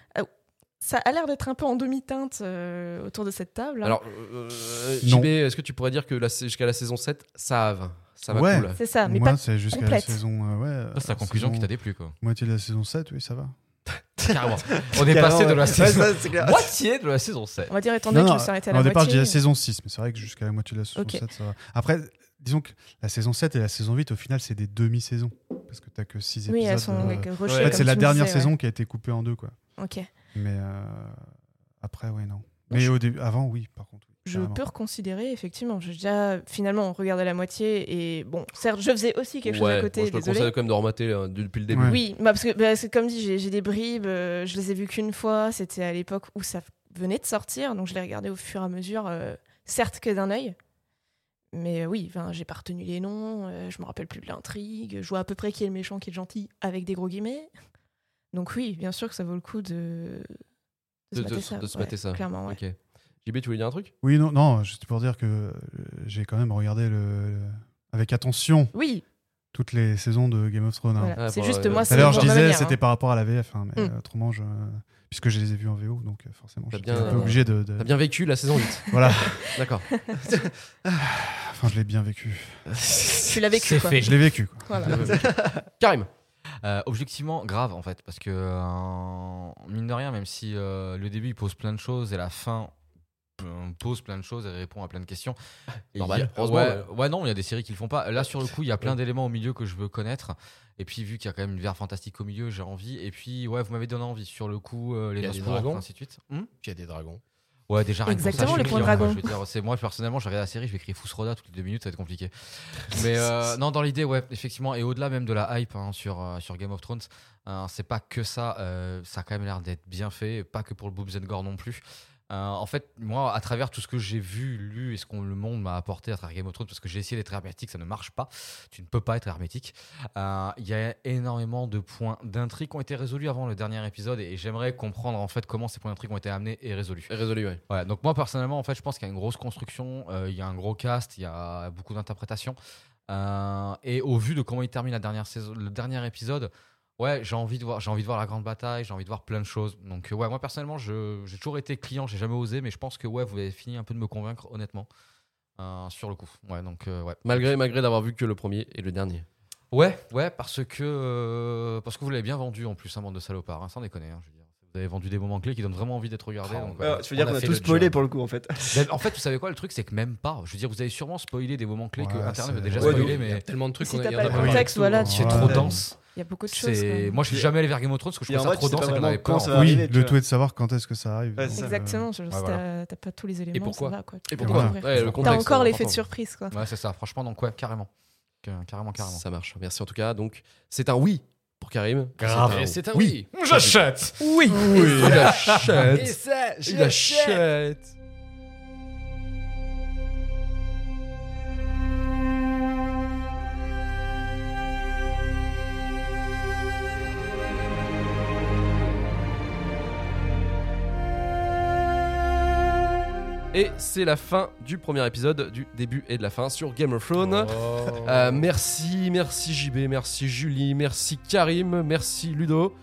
Ça a l'air d'être un peu en demi-teinte euh, autour de cette table. hein. Alors, euh, euh, Non. JB, est-ce que tu pourrais dire que la- jusqu'à la saison 7, ça va Ça va Ouais. cool. c'est ça, mais Moi, pas c'est jusqu'à la complète. saison. euh, ouais, Ça, c'est la euh, conclusion saison- qui t'a déplu, quoi. Moitié de la saison 7, oui, ça va. <laughs> Carrément. On est passé de la Ouais, saison. ça, c'est clair. Moitié de la saison 7. on va dire étant Non, donné que je non, me suis arrêtée à non, la au départ, je moitié. disais la saison 6, mais c'est vrai que jusqu'à la moitié de la saison Ok. 7, ça va. Après, disons que la saison 7 et la saison 8, au final, c'est des demi-saisons. Parce que t'as que 6 Oui, elles épisodes. sont euh, avec Rocher, En Ouais, fait, comme c'est la tu me dernière disais, ouais. saison qui a été coupée en deux, quoi. Ok. Mais euh, après, ouais, non. Mais au début, avant, oui, par contre. oui, Je carrément. peux reconsidérer, effectivement. J'ai déjà finalement regardé la moitié et bon, certes, je faisais aussi quelque chose Ouais, à côté. bon, je te désolée. conseille quand même de remater euh, depuis le début. Ouais. Oui, bah, parce que bah, c'est comme dit, j'ai j'ai des bribes, euh, je les ai vues qu'une fois, c'était à l'époque où ça venait de sortir, donc je les regardais au fur et à mesure, euh, certes que d'un œil. Mais euh, oui, enfin, j'ai pas retenu les noms, euh, je me rappelle plus de l'intrigue, je vois à peu près qui est le méchant, qui est le gentil, avec des gros guillemets. Donc oui, bien sûr que ça vaut le coup de, De- de- de se ouais, mater ça. Clairement, ouais. Ok. JB, tu voulais dire un truc Oui, non, non, juste pour dire que euh, j'ai quand même regardé le, le- avec attention Oui, toutes les saisons de Game of Thrones. hein. voilà. Ah, c'est bah, juste euh, moi, Tout c'est à l'heure, pour je ma disais, manière, hein. c'était par rapport à la VF, hein, mais Mm. euh, autrement, je, puisque je les ai vus en VO, donc euh, forcément, je T'as suis bien- un peu obligé de. de- T'as bien vécu la saison 8. <laughs> Voilà, D'accord. <laughs> enfin, je l'ai bien vécu. Tu l'as vécu, C'est quoi. fait. Je l'ai vécu, quoi. Voilà. Karim. Euh, objectivement, grave en fait, parce que euh, mine de rien, même si euh, le début il pose plein de choses et la fin euh, pose plein de choses et répond à plein <laughs> de questions. Et Normal, il y a- heureusement, Ouais, ouais, non, il y a des séries qui le font pas. Là, sur le coup, il y a plein d'éléments au milieu que je veux connaître. Et puis, vu qu'il y a quand même une verre fantastique au milieu, j'ai envie. Et puis, ouais, vous m'avez donné envie. Sur le coup, euh, les Il y a noces des pourpres, dragons. ainsi de suite. Hmm Puis il y a des dragons. Ouais, déjà rien que pour ça, Exactement, je suis les points client, quoi. dragons. Je veux dire, c'est moi personnellement, je regarde la série, je vais écrire Fousroda toutes les deux minutes, ça va être compliqué. Mais <laughs> euh, non, dans l'idée, ouais, effectivement, et au-delà même de la hype hein, sur euh, sur Game of Thrones, euh, c'est pas que ça. euh, ça a quand même l'air d'être bien fait, pas que pour le boobs and gore non plus. Euh, en fait, moi, à travers tout ce que j'ai vu, lu et ce qu'on le monde m'a apporté à travers Game of Thrones, parce que j'ai essayé d'être hermétique, ça ne marche pas. Tu ne peux pas être hermétique. Euh, Il y a énormément de points d'intrigue qui ont été résolus avant le dernier épisode, et j'aimerais comprendre en fait comment ces points d'intrigue ont été amenés et résolus. Résolu, ouais. Ouais, donc moi personnellement, en fait, je pense qu'il y a une grosse construction, euh, il y a un gros cast, il y a beaucoup d'interprétations. Euh, et au vu de comment il termine la dernière saison, le dernier épisode, ouais, j'ai envie de voir, j'ai envie de voir la grande bataille, j'ai envie de voir plein de choses. Donc euh, ouais, moi personnellement, je- j'ai toujours été client, j'ai jamais osé, mais je pense que ouais, vous avez fini un peu de me convaincre, honnêtement, Euh, sur le coup. Ouais, donc euh, ouais. Malgré, malgré d'avoir vu que le premier et le dernier. Ouais, ouais, parce que euh, parce que vous l'avez bien vendu en plus, un bande de salopards, hein, sans déconner. hein, je veux dire. Vous avez vendu des moments clés qui donnent vraiment envie d'être regardés. Oh, donc, bah, voilà. tu veux dire On qu'on a fait tout le spoilé job. pour le coup en fait. Ben, En fait, vous savez quoi Le truc, c'est que même pas. Je veux dire, vous avez sûrement spoilé des moments clés que Ouais, Internet c'est- avait déjà Ouais, spoilé, Il y a mais tellement de trucs Si qu'on a t'as il y pas en a le pas mal. contexte, voilà, tu- c'est Ouais. trop Ouais. dense. Il y a beaucoup de choses. C'est... quoi. Moi, je suis jamais allé vers Game of Thrones parce que je Et en trouvais ça vrai, tu trop sais dense pas et qu'on vraiment avait quand peur. en ça va fait. oui, arriver, tu le vois. tout est de savoir quand est-ce que ça arrive. Ouais, c'est ça. Exactement, je- si voilà. t'as- t'as pas tous les éléments, pourquoi ça va, quoi. Et pour- pourquoi Ouais. Ouais, le T'as contexte, encore c'est l'effet de important. surprise, quoi. Ouais, c'est ça. Franchement, donc ouais, carrément. Que- Carrément, carrément. Ça marche. Merci en tout cas. Donc, c'est un oui pour Karim. C'est Et C'est un oui. J'achète Oui. Il Et achète. ça, Il achète. Et c'est la fin du premier épisode, du début et de la fin sur Game of Oh. Thrones. Euh, merci, merci JB, merci Julie, merci Karim, merci Ludo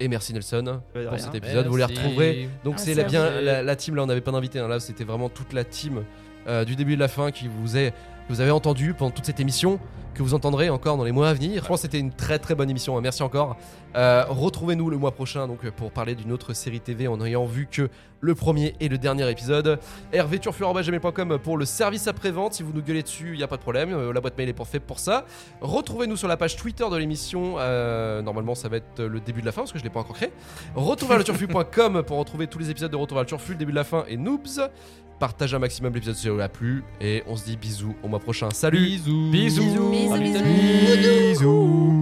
et merci Nelson Bah, de pour rien. cet épisode. Vous les retrouverez. Donc Ah, c'est c'est la, bien vrai. la, la team là, on n'avait pas d'invité. hein. Là, c'était vraiment toute la team euh, du début et de la fin qui vous est que vous avez entendu pendant toute cette émission que vous entendrez encore dans les mois à venir. Je pense que c'était une très très bonne émission. hein. Merci encore. Euh, Retrouvez-nous le mois prochain donc pour parler d'une autre série TV en ayant vu que le premier et le dernier épisode. hervéturfure.com pour le service après-vente. Si vous nous gueulez dessus, il n'y a pas de problème. Euh, la boîte mail est pour faite pour ça. Retrouvez-nous sur la page Twitter de l'émission. Euh, normalement, ça va être le début de la fin parce que je ne l'ai pas encore créé. Retour vers le turfu.com <laughs> pour retrouver tous les épisodes de Retour vers le turfu, le début de la fin et Noobs. Partagez un maximum l'épisode si ça vous a plu. Et on se dit bisous au mois prochain. Salut Bisous. Bisous. Bisous, Bisous. bisous. Bisous.